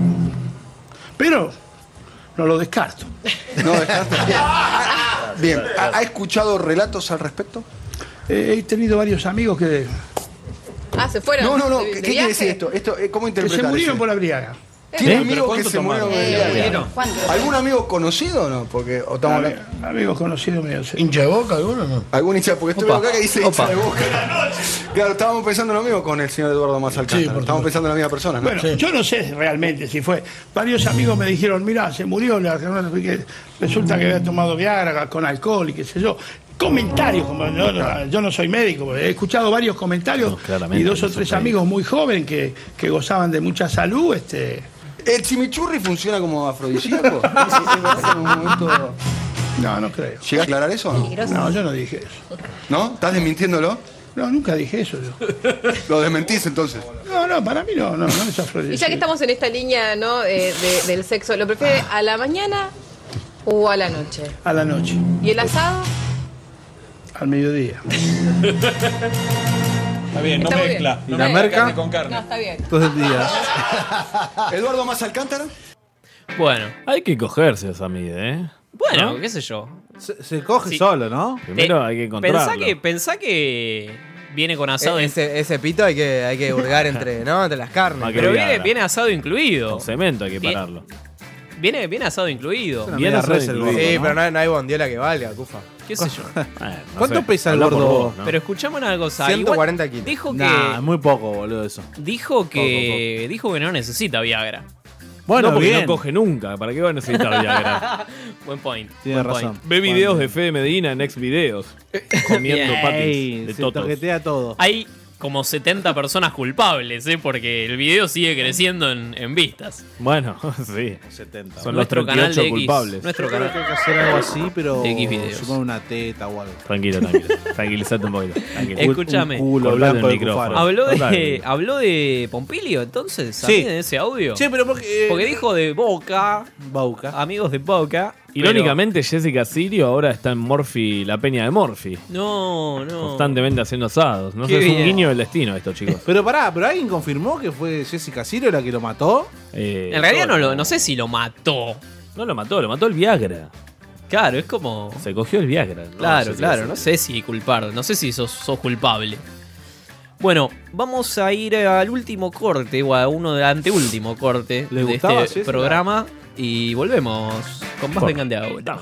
Speaker 15: Pero no lo descarto.
Speaker 20: No, descarto. Bien, ¿ha, ha escuchado relatos al respecto?
Speaker 15: Eh, he tenido varios amigos que,
Speaker 18: Ah, se fueron.
Speaker 20: No, no, no.
Speaker 18: de- de
Speaker 20: ¿Qué quiere
Speaker 18: viaje.
Speaker 20: decir esto? esto eh, ¿Cómo
Speaker 15: que
Speaker 20: interpretar
Speaker 15: se murieron
Speaker 20: eso?
Speaker 15: por la Briaga.
Speaker 20: ¿Tiene
Speaker 15: ¿Eh? ¿Pero
Speaker 20: amigos que
Speaker 15: cuánto
Speaker 20: se
Speaker 15: tomaron?
Speaker 20: murieron por
Speaker 15: Eh,
Speaker 20: la
Speaker 15: bueno.
Speaker 20: Viagra? ¿Algún amigo conocido o no? Porque, o estamos hablando-
Speaker 15: Amigos conocidos míos. ¿Hincha de boca alguno no?
Speaker 20: ¿Algún hincha? Porque estuve
Speaker 15: Opa.
Speaker 20: acá que dice hincha
Speaker 15: Opa.
Speaker 20: de boca. Claro, estábamos pensando lo mismo con el señor Eduardo Mazalcántara. estábamos pensando en la misma persona, ¿no?
Speaker 15: Bueno, yo no sé realmente si fue. Varios amigos me dijeron, mirá, se murió, la- que resulta que había tomado Viagra con alcohol y qué sé yo. Comentarios, como yo, no- yo no soy médico, pero he escuchado varios comentarios y dos o tres amigos muy jóvenes que, que gozaban de mucha salud. Este,
Speaker 20: ¿El chimichurri funciona como afrodisíaco?
Speaker 15: No, no creo.
Speaker 20: ¿Llega a aclarar eso o no?
Speaker 15: No, yo no dije eso.
Speaker 20: ¿No? ¿Estás desmintiéndolo?
Speaker 15: No, nunca dije eso yo.
Speaker 20: ¿Lo desmentís entonces?
Speaker 15: No, no, para mí no, no, no es
Speaker 18: Y ya que
Speaker 15: afrodisíaco.
Speaker 18: estamos en esta línea ¿no? Eh, de- del sexo, ¿lo prefiere
Speaker 17: Ah.
Speaker 18: a la mañana o a la noche?
Speaker 15: A la noche,
Speaker 18: ¿Y el asado?
Speaker 15: al mediodía.
Speaker 21: Está bien, no
Speaker 18: Está muy
Speaker 21: mezcla.
Speaker 18: bien.
Speaker 15: ¿Y
Speaker 21: no
Speaker 15: la
Speaker 21: mezcla
Speaker 15: merca?
Speaker 21: carne con carne.
Speaker 18: No, está bien.
Speaker 15: Todo el día.
Speaker 20: ¿Eduardo Mazalcántara?
Speaker 3: Bueno.
Speaker 4: Hay que cogerse a Samid, ¿eh?
Speaker 3: Bueno, qué sé yo.
Speaker 5: Se, se coge solo, ¿no?
Speaker 4: Primero hay que
Speaker 3: Eh, Pensá
Speaker 4: encontrarlo.
Speaker 3: que, pensá que viene con asado.
Speaker 7: E-
Speaker 3: en-
Speaker 7: ese, ese pito hay que, hay que hurgar entre, ¿no? entre las carnes.
Speaker 3: Pero viene, viene asado incluido.
Speaker 4: Con cemento hay que
Speaker 3: Bien.
Speaker 4: pararlo.
Speaker 3: Viene, viene asado incluido.
Speaker 7: Una
Speaker 4: Bien
Speaker 7: media
Speaker 4: asado
Speaker 7: res el
Speaker 4: incluido,
Speaker 7: gordo, Sí,
Speaker 4: ¿no?
Speaker 7: pero no, no hay bondiola que valga, cufa.
Speaker 3: ¿Qué sé yo?
Speaker 5: ¿Cuánto pesa el
Speaker 7: Habla por
Speaker 5: gordo?
Speaker 7: vos,
Speaker 3: Pero escuchamos algo. cosa.
Speaker 7: 140
Speaker 3: Igual
Speaker 7: kilos.
Speaker 3: Dijo que,
Speaker 5: Nah, muy poco, boludo, eso.
Speaker 3: dijo, que dijo que no necesita Viagra.
Speaker 4: Bueno, no, porque
Speaker 3: bien.
Speaker 4: no coge nunca. ¿Para qué va a necesitar Viagra?
Speaker 3: Buen point.
Speaker 4: Buen point. Ve videos de Fede Medina en ex videos. Comiendo
Speaker 3: Bien.
Speaker 4: patis
Speaker 3: Ey,
Speaker 4: de
Speaker 3: se
Speaker 4: totos.
Speaker 5: toquetea todo.
Speaker 3: Hay como 70 personas culpables, ¿eh? porque el video sigue creciendo en, en vistas.
Speaker 4: Bueno, sí.
Speaker 5: 70.
Speaker 4: Son
Speaker 3: Nuestro
Speaker 4: los
Speaker 3: canal
Speaker 4: 38
Speaker 3: de X.
Speaker 4: culpables.
Speaker 3: Nuestro
Speaker 5: Yo creo
Speaker 3: canal.
Speaker 5: que hay que hacer algo así, pero
Speaker 3: De X videos.
Speaker 5: sumar una teta o algo.
Speaker 4: Tranquilo, tranquilo. Tranquilizate un poquito. tranquilo.
Speaker 3: Escúchame.
Speaker 4: Un culo
Speaker 5: Cortando
Speaker 4: blanco
Speaker 5: el
Speaker 4: el micrófono.
Speaker 3: Habló de,
Speaker 4: Total.
Speaker 3: habló de Pompilio, entonces,
Speaker 4: Sí.
Speaker 3: sí. en ese audio.
Speaker 5: Sí, pero porque. eh,
Speaker 3: Porque dijo de Boca,
Speaker 5: Bauca.
Speaker 3: amigos de Boca.
Speaker 4: Irónicamente, Jessica Sirio ahora está en Morphy, la peña de Morphy.
Speaker 3: pero- No, no.
Speaker 4: Constantemente haciendo asados. No
Speaker 3: Qué
Speaker 4: sé, es un
Speaker 3: bien.
Speaker 4: guiño del destino esto, chicos.
Speaker 5: Pero pará, pero alguien confirmó que fue Jessica Ciro la que lo mató.
Speaker 4: Eh,
Speaker 3: En realidad
Speaker 4: todo.
Speaker 3: no, lo, no sé si lo mató.
Speaker 4: No lo mató, lo mató el Viagra.
Speaker 3: Claro, es como.
Speaker 4: Se cogió el Viagra. ¿no?
Speaker 3: Claro,
Speaker 4: Jessica
Speaker 3: claro,
Speaker 4: Sirio.
Speaker 3: no sé si culpar, no sé si sos, sos culpable. Bueno, vamos a ir al último corte, o a uno de anteúltimo corte de
Speaker 5: gustaba,
Speaker 3: este
Speaker 5: Jessica?
Speaker 3: programa y volvemos con más
Speaker 4: Corte.
Speaker 3: Vengan de Ahora.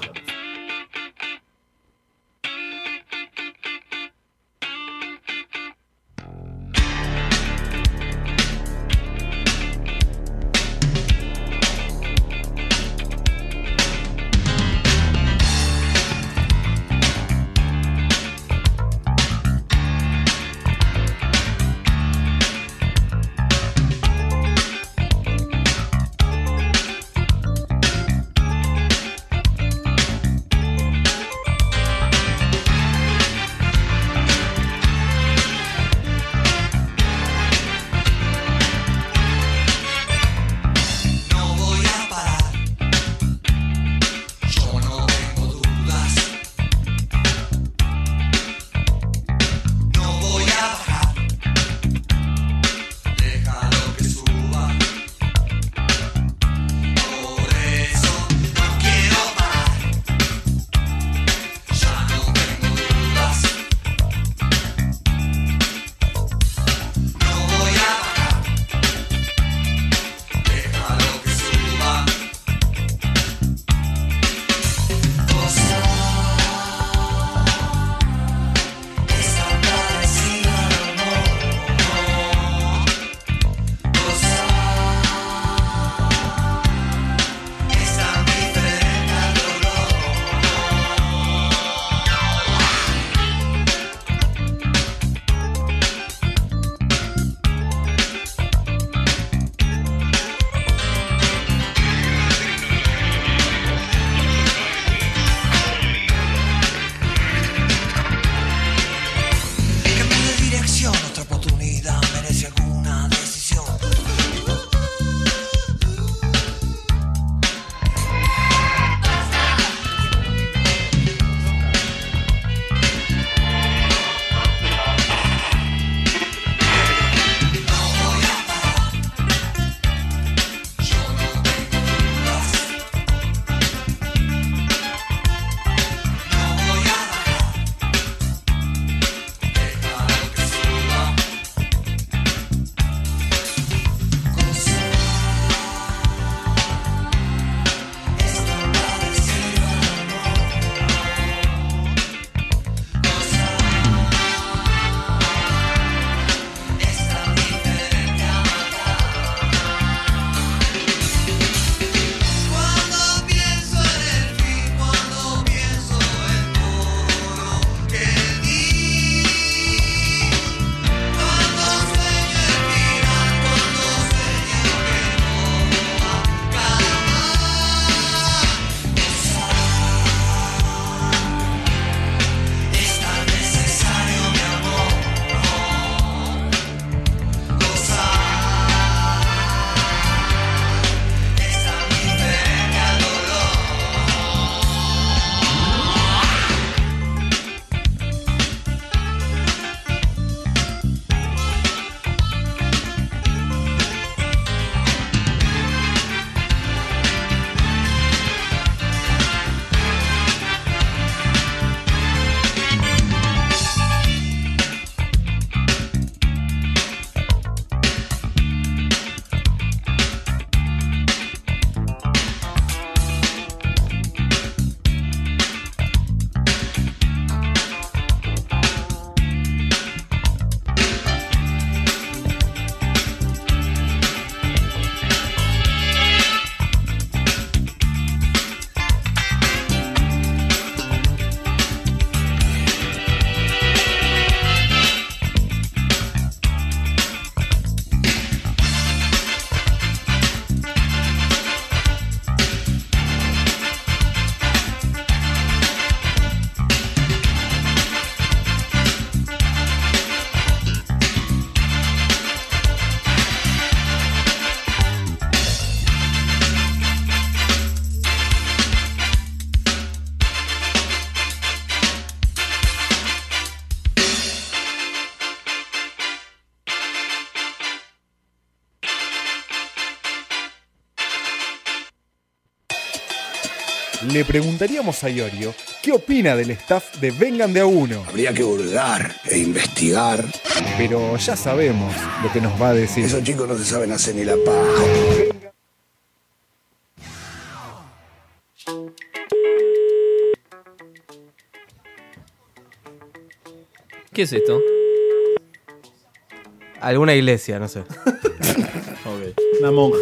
Speaker 14: Le preguntaríamos a Iorio qué opina del staff de Vengan de a uno.
Speaker 21: Habría que hurgar e investigar.
Speaker 14: Pero ya sabemos lo que nos va a decir.
Speaker 21: Esos chicos no se saben hacer ni la paja.
Speaker 3: ¿Qué es esto?
Speaker 7: Alguna iglesia, no sé.
Speaker 5: Una monja.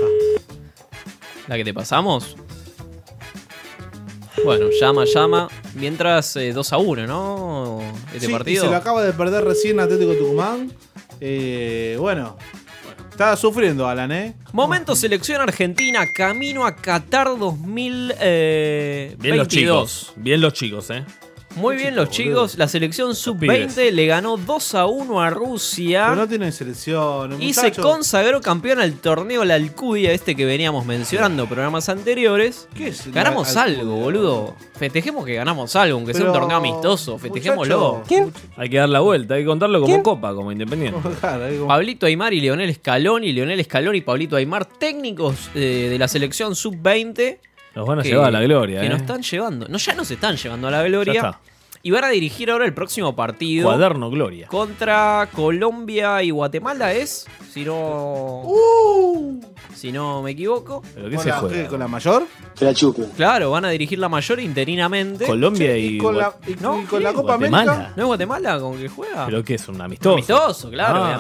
Speaker 3: ¿La que te pasamos? Bueno, llama, llama. Mientras eh, 2 a 1, ¿no? Este
Speaker 5: Sí, y
Speaker 3: partido.
Speaker 5: se lo acaba de perder recién Atlético Tucumán. Eh, bueno, estaba sufriendo Alan, ¿eh?
Speaker 3: Momento selección argentina, camino a Qatar 2022.
Speaker 22: Bien los chicos. Bien los chicos, eh.
Speaker 3: Muy bien los chicos, la selección sub-20
Speaker 22: pibes.
Speaker 3: le ganó 2 a 1 a Rusia.
Speaker 5: Pero no tienen selección.
Speaker 3: Y se consagró campeón al torneo La Alcudia, este que veníamos mencionando programas anteriores.
Speaker 5: ¿Qué es?
Speaker 3: Ganamos
Speaker 5: La
Speaker 3: algo, boludo. Festejemos que ganamos algo, aunque sea un
Speaker 5: Pero,
Speaker 3: torneo amistoso. Festejémoslo.
Speaker 5: muchacho,
Speaker 22: Hay que dar la vuelta, hay que contarlo como copa, como independiente.
Speaker 3: Pablito Aymar y Leonel Scaloni, Leonel Scaloni y Pablito Aymar, técnicos eh, de la selección sub-20.
Speaker 22: Nos van a
Speaker 3: que-
Speaker 22: llevar a la gloria,
Speaker 3: Que
Speaker 22: eh.
Speaker 3: nos están llevando. No, ya nos están llevando a la gloria.
Speaker 22: Ya está.
Speaker 3: Y van a dirigir ahora el próximo partido.
Speaker 22: Cuaderno gloria.
Speaker 3: Contra Colombia y Guatemala es, si no. Si no me equivoco.
Speaker 22: ¿Pero
Speaker 5: Uh. ¿Con, la, qué, ¿Con la mayor?
Speaker 21: Se la chupen.
Speaker 3: Claro, van a dirigir la mayor interinamente.
Speaker 22: Colombia y
Speaker 5: Con la,
Speaker 22: Guat-
Speaker 5: y, y con la
Speaker 22: ¿qué?
Speaker 5: Copa
Speaker 22: Guatemala.
Speaker 5: América.
Speaker 3: ¿No es Guatemala con que juega?
Speaker 22: Pero que es un amistoso.
Speaker 3: Amistoso, claro,
Speaker 22: Ah,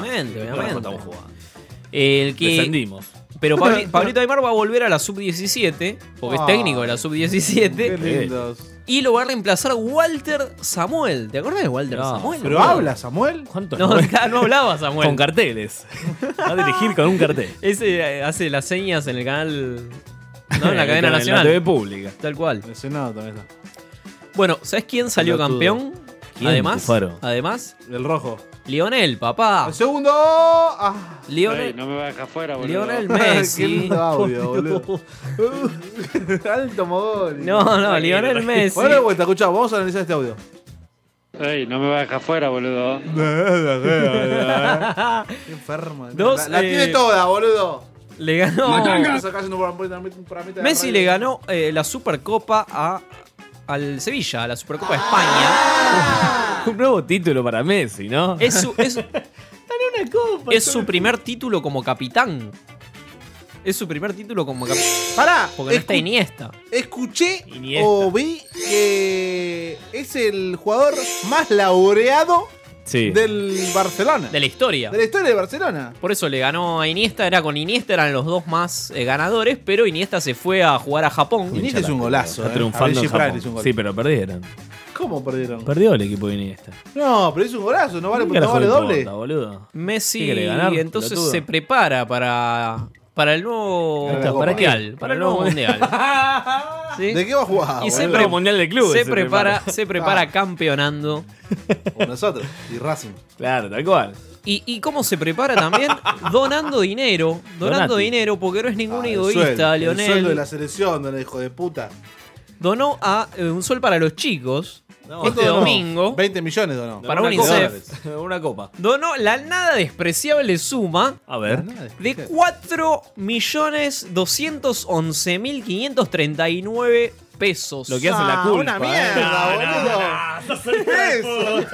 Speaker 22: ¿qué
Speaker 3: obviamente,
Speaker 22: carajo
Speaker 3: obviamente.
Speaker 22: estamos jugando?
Speaker 3: El que-
Speaker 22: Descendimos.
Speaker 3: Pero Pabli- Pablito Aymar va a volver a la sub-17, porque es
Speaker 5: Ah,
Speaker 3: técnico de la
Speaker 5: Qué
Speaker 3: sub-17.
Speaker 5: lindos.
Speaker 3: Y lo va a reemplazar Walter Samuel. ¿Te acordás de Walter Samuel?
Speaker 5: ¿Pero
Speaker 3: boludo?
Speaker 5: habla Samuel?
Speaker 22: ¿Cuánto
Speaker 3: No, acá no hablaba Samuel.
Speaker 22: Con carteles. Va a dirigir con un cartel.
Speaker 3: Ese eh, hace las señas en el canal. ¿No? En la cadena
Speaker 22: En la
Speaker 3: nacional.
Speaker 22: TV pública.
Speaker 3: Tal cual.
Speaker 5: El Senado también está.
Speaker 3: Bueno, ¿sabes quién salió
Speaker 5: Pelotudo.
Speaker 3: campeón?
Speaker 22: ¿Quién,
Speaker 3: además,
Speaker 22: Cufaro?
Speaker 3: además,
Speaker 5: El rojo.
Speaker 3: Lionel, papá.
Speaker 5: El segundo. Ah.
Speaker 3: Lionel,
Speaker 23: no me va a dejar fuera, boludo.
Speaker 3: Lionel
Speaker 5: Qué
Speaker 3: Messi.
Speaker 5: lindo audio, boludo. Alto mogol.
Speaker 23: No, no, Lionel Messi.
Speaker 5: Bueno, de vuelta, escuchá, vamos a analizar este audio.
Speaker 23: Ey, no me va a dejar fuera, boludo.
Speaker 5: Qué enfermo.
Speaker 23: Dos,
Speaker 5: la la
Speaker 23: eh,
Speaker 5: tiene toda, boludo.
Speaker 3: Le ganó.
Speaker 5: Eso casi no por- por- por- por- por- por-
Speaker 3: Messi
Speaker 5: por-
Speaker 3: le ganó eh, la Supercopa a, al Sevilla, a la Supercopa
Speaker 5: Ah.
Speaker 3: de España.
Speaker 22: Un nuevo título para Messi, ¿no?
Speaker 3: Es su, es, es su primer título como capitán. Es su primer título como capitán.
Speaker 5: Pará,
Speaker 3: Porque no
Speaker 5: escu-
Speaker 3: está Iniesta.
Speaker 5: escuché
Speaker 3: Iniesta.
Speaker 5: o vi que es el jugador más laureado
Speaker 22: Sí.
Speaker 5: del Barcelona.
Speaker 3: De la historia.
Speaker 5: De la historia de Barcelona.
Speaker 3: Por eso le ganó a Iniesta. Era con Iniesta, eran los dos más eh, ganadores. Pero Iniesta se fue a jugar a Japón.
Speaker 5: Iniesta es un golazo.
Speaker 22: Está
Speaker 5: eh.
Speaker 22: triunfando
Speaker 5: Abel
Speaker 22: en
Speaker 5: Gibran
Speaker 22: Japón.
Speaker 5: es un gol.
Speaker 22: Sí, pero perdieron.
Speaker 5: ¿Cómo perdieron?
Speaker 22: Perdió el equipo de Iniesta.
Speaker 5: No, pero es un golazo, no vale,
Speaker 22: ¿Qué
Speaker 5: no
Speaker 22: carajo
Speaker 5: vale
Speaker 22: le
Speaker 5: doble.
Speaker 22: importa, boludo?
Speaker 3: Messi
Speaker 22: ¿Qué quiere ganar,
Speaker 3: entonces
Speaker 22: pelotudo?
Speaker 3: se prepara para, para el nuevo
Speaker 22: ¿Para qué?
Speaker 3: mundial. Para el nuevo mundial. ¿Sí?
Speaker 5: ¿De qué va a jugar?
Speaker 3: Y se,
Speaker 5: boludo?
Speaker 3: pre- se, prepara, se prepara campeonando.
Speaker 5: Por nosotros y Racing.
Speaker 22: Claro, tal cual.
Speaker 3: Y, y cómo se prepara también donando dinero. Donando
Speaker 5: Donati.
Speaker 3: dinero, porque no es ningún
Speaker 5: Ah, El
Speaker 3: egoísta,
Speaker 5: sueldo,
Speaker 3: Leonel.
Speaker 5: El sueldo de la selección, don hijo de puta.
Speaker 3: Donó a eh, un sol para los chicos. este
Speaker 5: ¿Cuánto donó?
Speaker 3: domingo.
Speaker 5: 20 millones donó.
Speaker 3: Para
Speaker 5: Una copa.
Speaker 3: UNICEF.
Speaker 22: Una copa.
Speaker 3: Donó la nada despreciable suma.
Speaker 22: A ver.
Speaker 3: De 4.211.539 pesos.
Speaker 22: Lo que hace la Ah, culpa, una
Speaker 5: mierda, boludo.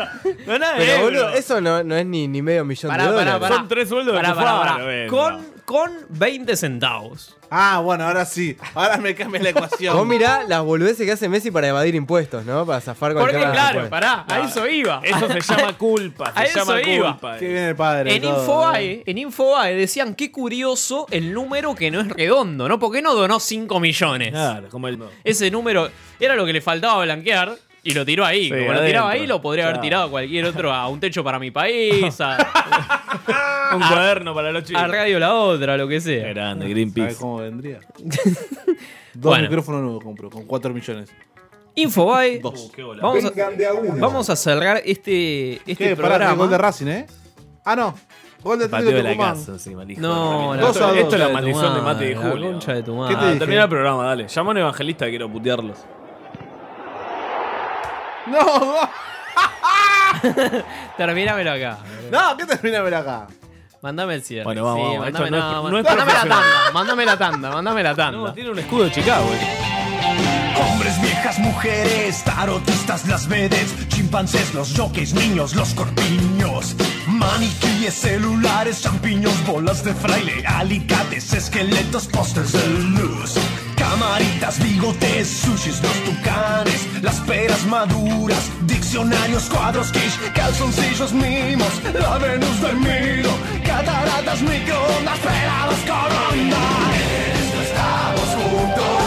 Speaker 7: Pero, boludo, eso no, no es ni, ni medio millón de
Speaker 3: Pará, pará,
Speaker 7: dólares.
Speaker 3: pará. Son tres
Speaker 22: sueldos
Speaker 3: Pará, pará, pará. Con, con 20 centavos.
Speaker 5: Ah, bueno, ahora sí. Ahora me cambia la ecuación.
Speaker 7: Vos mirá las boludeces que hace Messi para evadir impuestos, ¿no? Para zafar con
Speaker 3: Porque claro, pará, a eso iba.
Speaker 22: Eso se llama culpa,
Speaker 3: A eso iba.
Speaker 5: Ah, Qué bien el padre.
Speaker 3: En
Speaker 5: todo,
Speaker 3: Infobae, en Infobae decían qué curioso el número que no es redondo, ¿no? Porque no donó 5 millones.
Speaker 22: Claro, como el.
Speaker 3: Ese número era lo que le faltaba blanquear y lo tiró ahí.
Speaker 22: Sí,
Speaker 3: Como lo
Speaker 22: adentro.
Speaker 3: tiraba ahí, lo podría haber
Speaker 22: Claro.
Speaker 3: tirado cualquier otro a un techo para mi país, a,
Speaker 22: Un cuaderno para los chicos.
Speaker 3: a Radio La Otra, lo que sea.
Speaker 22: Grande,
Speaker 5: ¿Sabés
Speaker 22: Greenpeace.
Speaker 5: cómo vendría? Dos
Speaker 3: Bueno.
Speaker 5: micrófonos nuevos compro, con 4 millones.
Speaker 3: Infobae. Vamos, a,
Speaker 5: Vengan de a uno.
Speaker 3: vamos a cerrar este, este
Speaker 5: ¿Qué? Pará,
Speaker 3: programa.
Speaker 5: el gol de Racing, ¿eh? Ah, no. Gol de
Speaker 22: Pateo
Speaker 5: Atlético
Speaker 22: de la
Speaker 5: Tucumán.
Speaker 22: casa encima, el hijo
Speaker 3: No,
Speaker 22: de
Speaker 3: la
Speaker 22: la- esto,
Speaker 3: concha
Speaker 22: esto es la
Speaker 3: de tu
Speaker 22: maldición de
Speaker 3: madre,
Speaker 22: Mate y
Speaker 3: la
Speaker 22: Julio.
Speaker 3: concha de tu
Speaker 22: Ah,
Speaker 3: madre.
Speaker 22: termina el programa, dale. Llama a un evangelista, quiero putearlos.
Speaker 5: No,
Speaker 3: Terminámelo acá.
Speaker 5: no, ¿qué termina ver acá?
Speaker 3: Mandame el cierre.
Speaker 22: Bueno, vamos,
Speaker 3: Sí,
Speaker 22: vamos.
Speaker 3: mandame,
Speaker 22: Esto no es-
Speaker 3: no,
Speaker 22: no es
Speaker 3: mandame la
Speaker 22: profesional.
Speaker 3: tanda, mandame la tanda, mandame la tanda.
Speaker 22: Tiene un escudo de Chicago, eh.
Speaker 1: hombres, viejas, mujeres, tarotistas, las vedes, chimpancés, los jockeys, niños, los corpiños, maniquíes, celulares, champiños, bolas de fraile, alicates, esqueletos, pósters de luz. Camaritas, bigotes, sushis, los tucanes, las peras maduras, diccionarios, cuadros, quiche, calzoncillos, mimos, la Venus del Milo, cataratas, microondas, pelados con onda. En esto estamos juntos,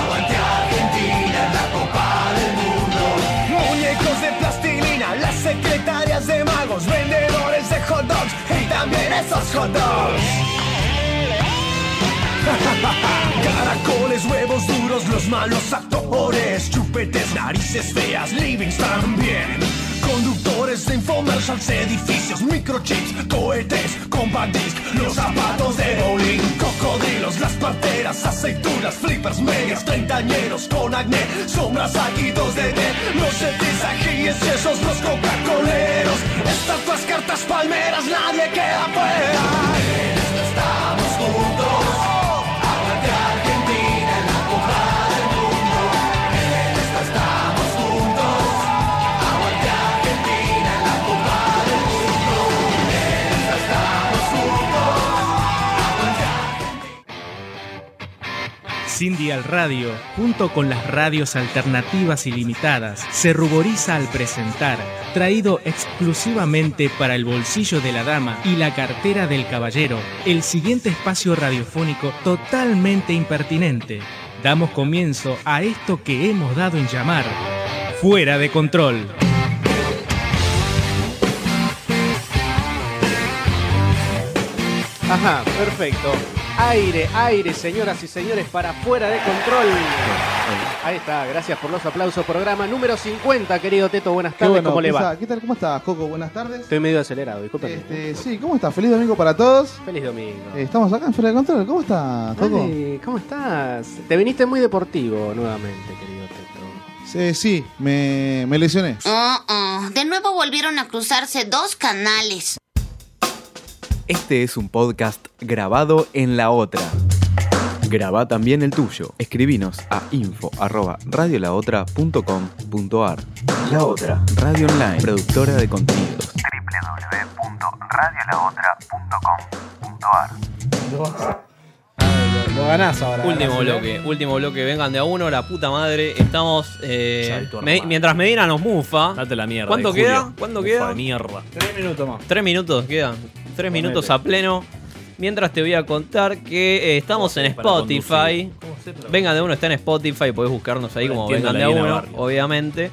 Speaker 1: aguante Argentina en la Copa del Mundo. Muñecos de plastilina, las secretarias de magos, vendedores de hot dogs y también esos hot dogs. Caracoles, huevos duros, los malos actores, chupetes, narices feas, livings también. Conductores de infomercials, edificios, microchips, cohetes, compact disc, los zapatos de bowling, cocodrilos, las parteras, aceitunas, flippers, medias, treintañeros con acné, sombras, saquitos de té, los etisajíes, esos los coca-coleros, estatuas, cartas, palmeras, nadie queda fuera. En esto Estamos juntos. Aguante Argentina en la Copa del Mundo. En esto estamos juntos. Aguante Argentina en la Copa del Mundo. En esto estamos juntos. Aguante
Speaker 12: Cindy al Radio, junto con las radios alternativas ilimitadas, se ruboriza al presentar, traído exclusivamente para el bolsillo de la dama y la cartera del caballero, el siguiente espacio radiofónico totalmente impertinente. Damos comienzo a esto que hemos dado en llamar Fuera de Control.
Speaker 7: Ajá, perfecto. Aire, aire, señoras y señores, para fuera de control. Ahí está, gracias por los aplausos. Programa número 50, querido Teto, buenas
Speaker 5: Qué
Speaker 7: tardes,
Speaker 5: bueno,
Speaker 7: ¿cómo le va?
Speaker 5: Pisa, ¿Qué tal? ¿Cómo estás, Coco? Buenas tardes.
Speaker 7: Estoy medio acelerado, disculpe.
Speaker 5: Este, sí, ¿cómo estás? Feliz domingo para todos.
Speaker 7: Feliz domingo.
Speaker 5: Eh, Estamos acá en Fuera de Control. ¿Cómo está, Coco?
Speaker 7: Dale, ¿Cómo estás? Te viniste muy deportivo nuevamente, querido Teto.
Speaker 5: Sí, sí, me, me lesioné.
Speaker 24: Oh, oh, de nuevo volvieron a cruzarse dos canales.
Speaker 9: Este es un podcast grabado en la otra. Graba también el tuyo. Escribinos a info.radiolaotra.com.ar La Otra, Radio Online, productora de contenidos.
Speaker 7: Lo ganás ahora.
Speaker 3: Último
Speaker 7: Ahora sí,
Speaker 3: bloque, último bloque, vengan de a uno, la puta madre. Estamos. eh,
Speaker 7: Salto
Speaker 3: Me- mientras Medina nos mufa. Date la mierda. ¿Cuánto
Speaker 4: Julio.
Speaker 3: queda? ¿Cuánto
Speaker 4: Mufa
Speaker 3: queda?
Speaker 4: de mierda.
Speaker 7: Tres minutos más.
Speaker 3: Tres minutos quedan. Tres minutos a pleno. Mientras te voy a contar que eh, estamos en
Speaker 7: para
Speaker 3: Spotify.
Speaker 7: conducir? ¿Cómo sé para-
Speaker 3: Vengan de a uno está en Spotify, podés buscarnos ahí como vengan
Speaker 5: entiendo
Speaker 3: de
Speaker 5: la
Speaker 3: a
Speaker 5: Diana
Speaker 3: uno,
Speaker 5: Barrios.
Speaker 3: obviamente.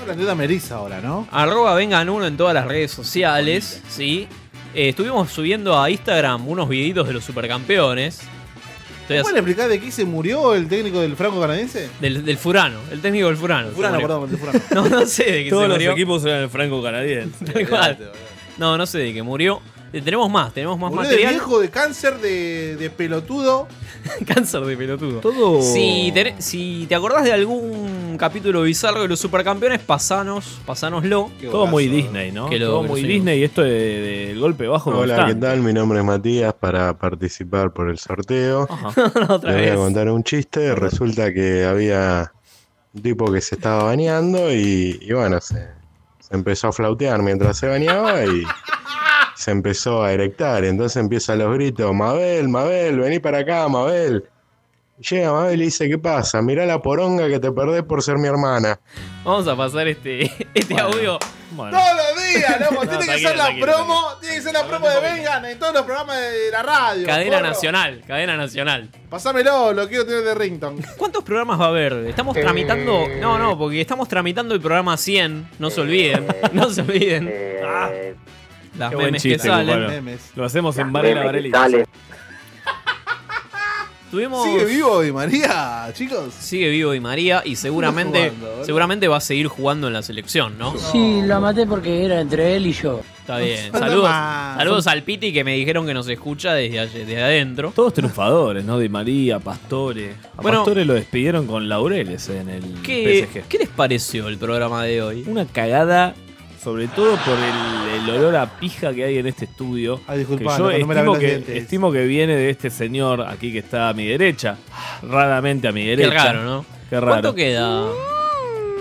Speaker 5: Ahora la Meriza ahora, ¿no?
Speaker 3: Arroba vengan uno en todas las redes sociales, ¿sí? Eh, estuvimos subiendo a Instagram unos videitos de los supercampeones. Estoy
Speaker 5: ¿Puedes explicar de qué se murió el técnico del franco canadiense?
Speaker 3: Del, del Furano, el técnico del Furano.
Speaker 5: Furano,
Speaker 3: se murió.
Speaker 5: perdón, del Furano.
Speaker 3: No, no sé de qué
Speaker 4: Todos
Speaker 3: se
Speaker 4: los
Speaker 3: murió.
Speaker 4: equipos eran el franco canadiense.
Speaker 3: Tal cual. No, no sé de qué murió. Eh, Tenemos más, tenemos más
Speaker 5: Murió de
Speaker 3: material.
Speaker 5: viejo, de cáncer, de, de pelotudo.
Speaker 3: Cáncer de pelotudo.
Speaker 5: Todo-
Speaker 3: Si, tenés- si te acordás de algún capítulo bizarro de los supercampeones, pasanos, pasanoslo.
Speaker 4: Todo muy Disney, ¿no?
Speaker 3: Qué
Speaker 4: Todo
Speaker 3: logro,
Speaker 4: muy
Speaker 3: sí.
Speaker 4: Disney y esto de- de- del golpe bajo
Speaker 10: Hola, ¿qué
Speaker 4: constante.
Speaker 10: tal? Mi nombre es Matías para participar por el sorteo.
Speaker 3: Otra
Speaker 10: Les voy
Speaker 3: vez.
Speaker 10: a contar un chiste. Resulta que había un tipo que se estaba bañando y, y bueno, se, se empezó a flautear mientras se bañaba y se empezó a erectar. Entonces empiezan los gritos, Mabel, Mabel, vení para acá, Mabel. Llega Mabel y dice, ¿qué pasa? Mirá la poronga que te perdés por ser mi hermana.
Speaker 3: Vamos a pasar este, este audio.
Speaker 5: Todos los días, loco.
Speaker 3: No,
Speaker 5: tiene que
Speaker 3: tranquilo,
Speaker 5: ser la
Speaker 3: tranquilo,
Speaker 5: promo. Tiene que ser la promo de Vengan en todos los programas de la radio.
Speaker 3: Cadena
Speaker 5: porro.
Speaker 3: nacional, cadena nacional.
Speaker 5: Pásamelo, lo quiero tener de rington.
Speaker 3: ¿Cuántos programas va a haber? Estamos tramitando. No, no, porque estamos tramitando el programa 100. No se olviden. No se olviden. Ah, las
Speaker 4: Qué buen
Speaker 3: memes que
Speaker 4: chiste,
Speaker 3: salen.
Speaker 4: Cuparo. Lo hacemos en Varela Varelita.
Speaker 3: Tuvimos-
Speaker 5: ¿Sigue vivo Di María, chicos?
Speaker 3: Sigue vivo y María y seguramente,
Speaker 5: Está jugando, ¿no?
Speaker 3: seguramente va a seguir jugando en la selección, ¿no?
Speaker 15: Sí, la maté porque era entre él y yo.
Speaker 3: Está bien.
Speaker 15: Anda
Speaker 3: Saludos,
Speaker 15: más.
Speaker 3: saludos al Piti que me dijeron que nos escucha desde, ayer- desde adentro.
Speaker 4: Todos triunfadores, ¿no? Di María, Pastore. A
Speaker 3: Bueno.
Speaker 4: Pastore lo despidieron con laureles en el
Speaker 3: ¿Qué,
Speaker 4: PSG.
Speaker 3: qué les pareció el programa de hoy?
Speaker 4: Una cagada sobre todo por el, el olor a pija que hay en este estudio. que
Speaker 5: disculpa,
Speaker 4: yo
Speaker 5: no, no me lavé
Speaker 4: estimo,
Speaker 5: los
Speaker 4: que,
Speaker 5: dientes.
Speaker 4: estimo que viene de este señor aquí que está a mi derecha. Raramente a mi derecha.
Speaker 3: raro, ¿no?
Speaker 4: Qué raro.
Speaker 3: ¿Cuánto queda?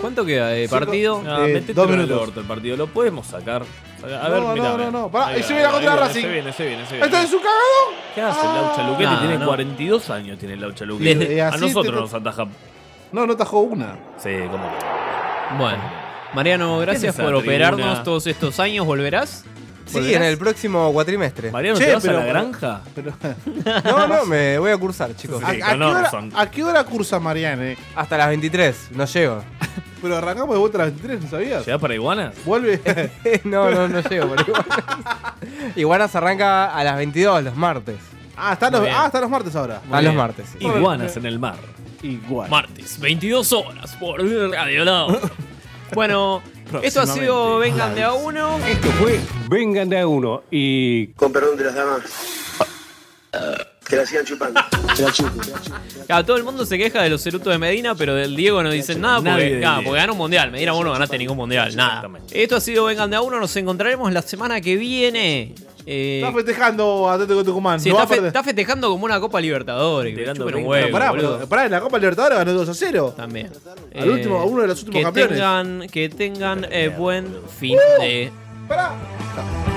Speaker 3: ¿Cuánto queda de
Speaker 4: Cinco-
Speaker 3: partido?
Speaker 5: eh,
Speaker 4: Ah, metetelo en el orto el partido. Lo podemos sacar. A ver,
Speaker 5: no,
Speaker 4: mirá,
Speaker 5: no,
Speaker 4: mirá.
Speaker 5: no, no, pará.
Speaker 4: Ahí
Speaker 5: Y
Speaker 4: va,
Speaker 5: se viene
Speaker 4: ahí
Speaker 5: contra
Speaker 4: va,
Speaker 5: Racing.
Speaker 4: Se viene, se viene, se viene.
Speaker 5: ¿Este es su cagado?
Speaker 4: ¿Qué hace Laucha Luquete?
Speaker 5: No,
Speaker 4: tiene
Speaker 5: Ah, no.
Speaker 4: 42 años, tiene Laucha Luquete.
Speaker 5: Desde-
Speaker 4: a
Speaker 5: así
Speaker 4: nosotros
Speaker 5: te-
Speaker 4: nos ataja.
Speaker 5: No, no atajó una.
Speaker 4: Sí, como que.
Speaker 3: Bueno, Mariano,
Speaker 4: ¿Qué es
Speaker 3: gracias
Speaker 4: esa
Speaker 3: por
Speaker 4: tribuna?
Speaker 3: operarnos todos estos años. ¿Volverás?
Speaker 7: Sí, en el próximo cuatrimestre.
Speaker 4: Mariano,
Speaker 5: Che, ¿te vas a pero- la
Speaker 4: granja?
Speaker 7: No, no, me voy a cursar, chicos.
Speaker 5: ¿A, a qué hora, a qué hora cursa Mariane?
Speaker 7: Hasta las 23, no llego.
Speaker 5: Pero arrancamos de vuelta a las 23, ¿no sabías?
Speaker 4: ¿Llegás para iguanas?
Speaker 5: Vuelve.
Speaker 7: no, no, no llego, pero iguanas. Iguanas arranca a las 22 los martes.
Speaker 5: Ah, están los,
Speaker 7: Muy bien.
Speaker 5: ah, están los martes ahora.
Speaker 7: A los martes. sí.
Speaker 4: Iguanas en el mar.
Speaker 5: Igual.
Speaker 3: Martes, 22 horas por Radio Lao. Bueno, esto ha sido Vengan de a uno.
Speaker 25: Esto fue Vengan de a uno y.
Speaker 15: Con perdón de las damas. Que la sigan chupando. Que la chupen.
Speaker 3: Claro, todo el mundo se queja de los cerutos de Medina, pero del Diego no dicen nada
Speaker 4: Nadie
Speaker 3: porque,
Speaker 4: del
Speaker 3: claro,
Speaker 4: Diego.
Speaker 3: porque ganó un mundial. Medina, vos no ganaste ningún mundial, nada. Esto ha sido Vengan de a uno, nos encontraremos la semana que viene. Eh,
Speaker 5: Está festejando Atlético Tucumán.
Speaker 3: sí,
Speaker 5: no va
Speaker 3: está, fe-
Speaker 5: a perder.
Speaker 3: está festejando como una Copa Libertadores. que chupen un
Speaker 5: Pero
Speaker 3: huevo,
Speaker 5: pará,
Speaker 3: boludo.
Speaker 5: pero- pará, en la Copa Libertadores ganó 2 a 0.
Speaker 3: También.
Speaker 5: Al
Speaker 3: Eh,
Speaker 5: último, a uno de los últimos
Speaker 3: que
Speaker 5: campeones.
Speaker 3: Tengan, que tengan eh, buen fin de...
Speaker 5: Pará.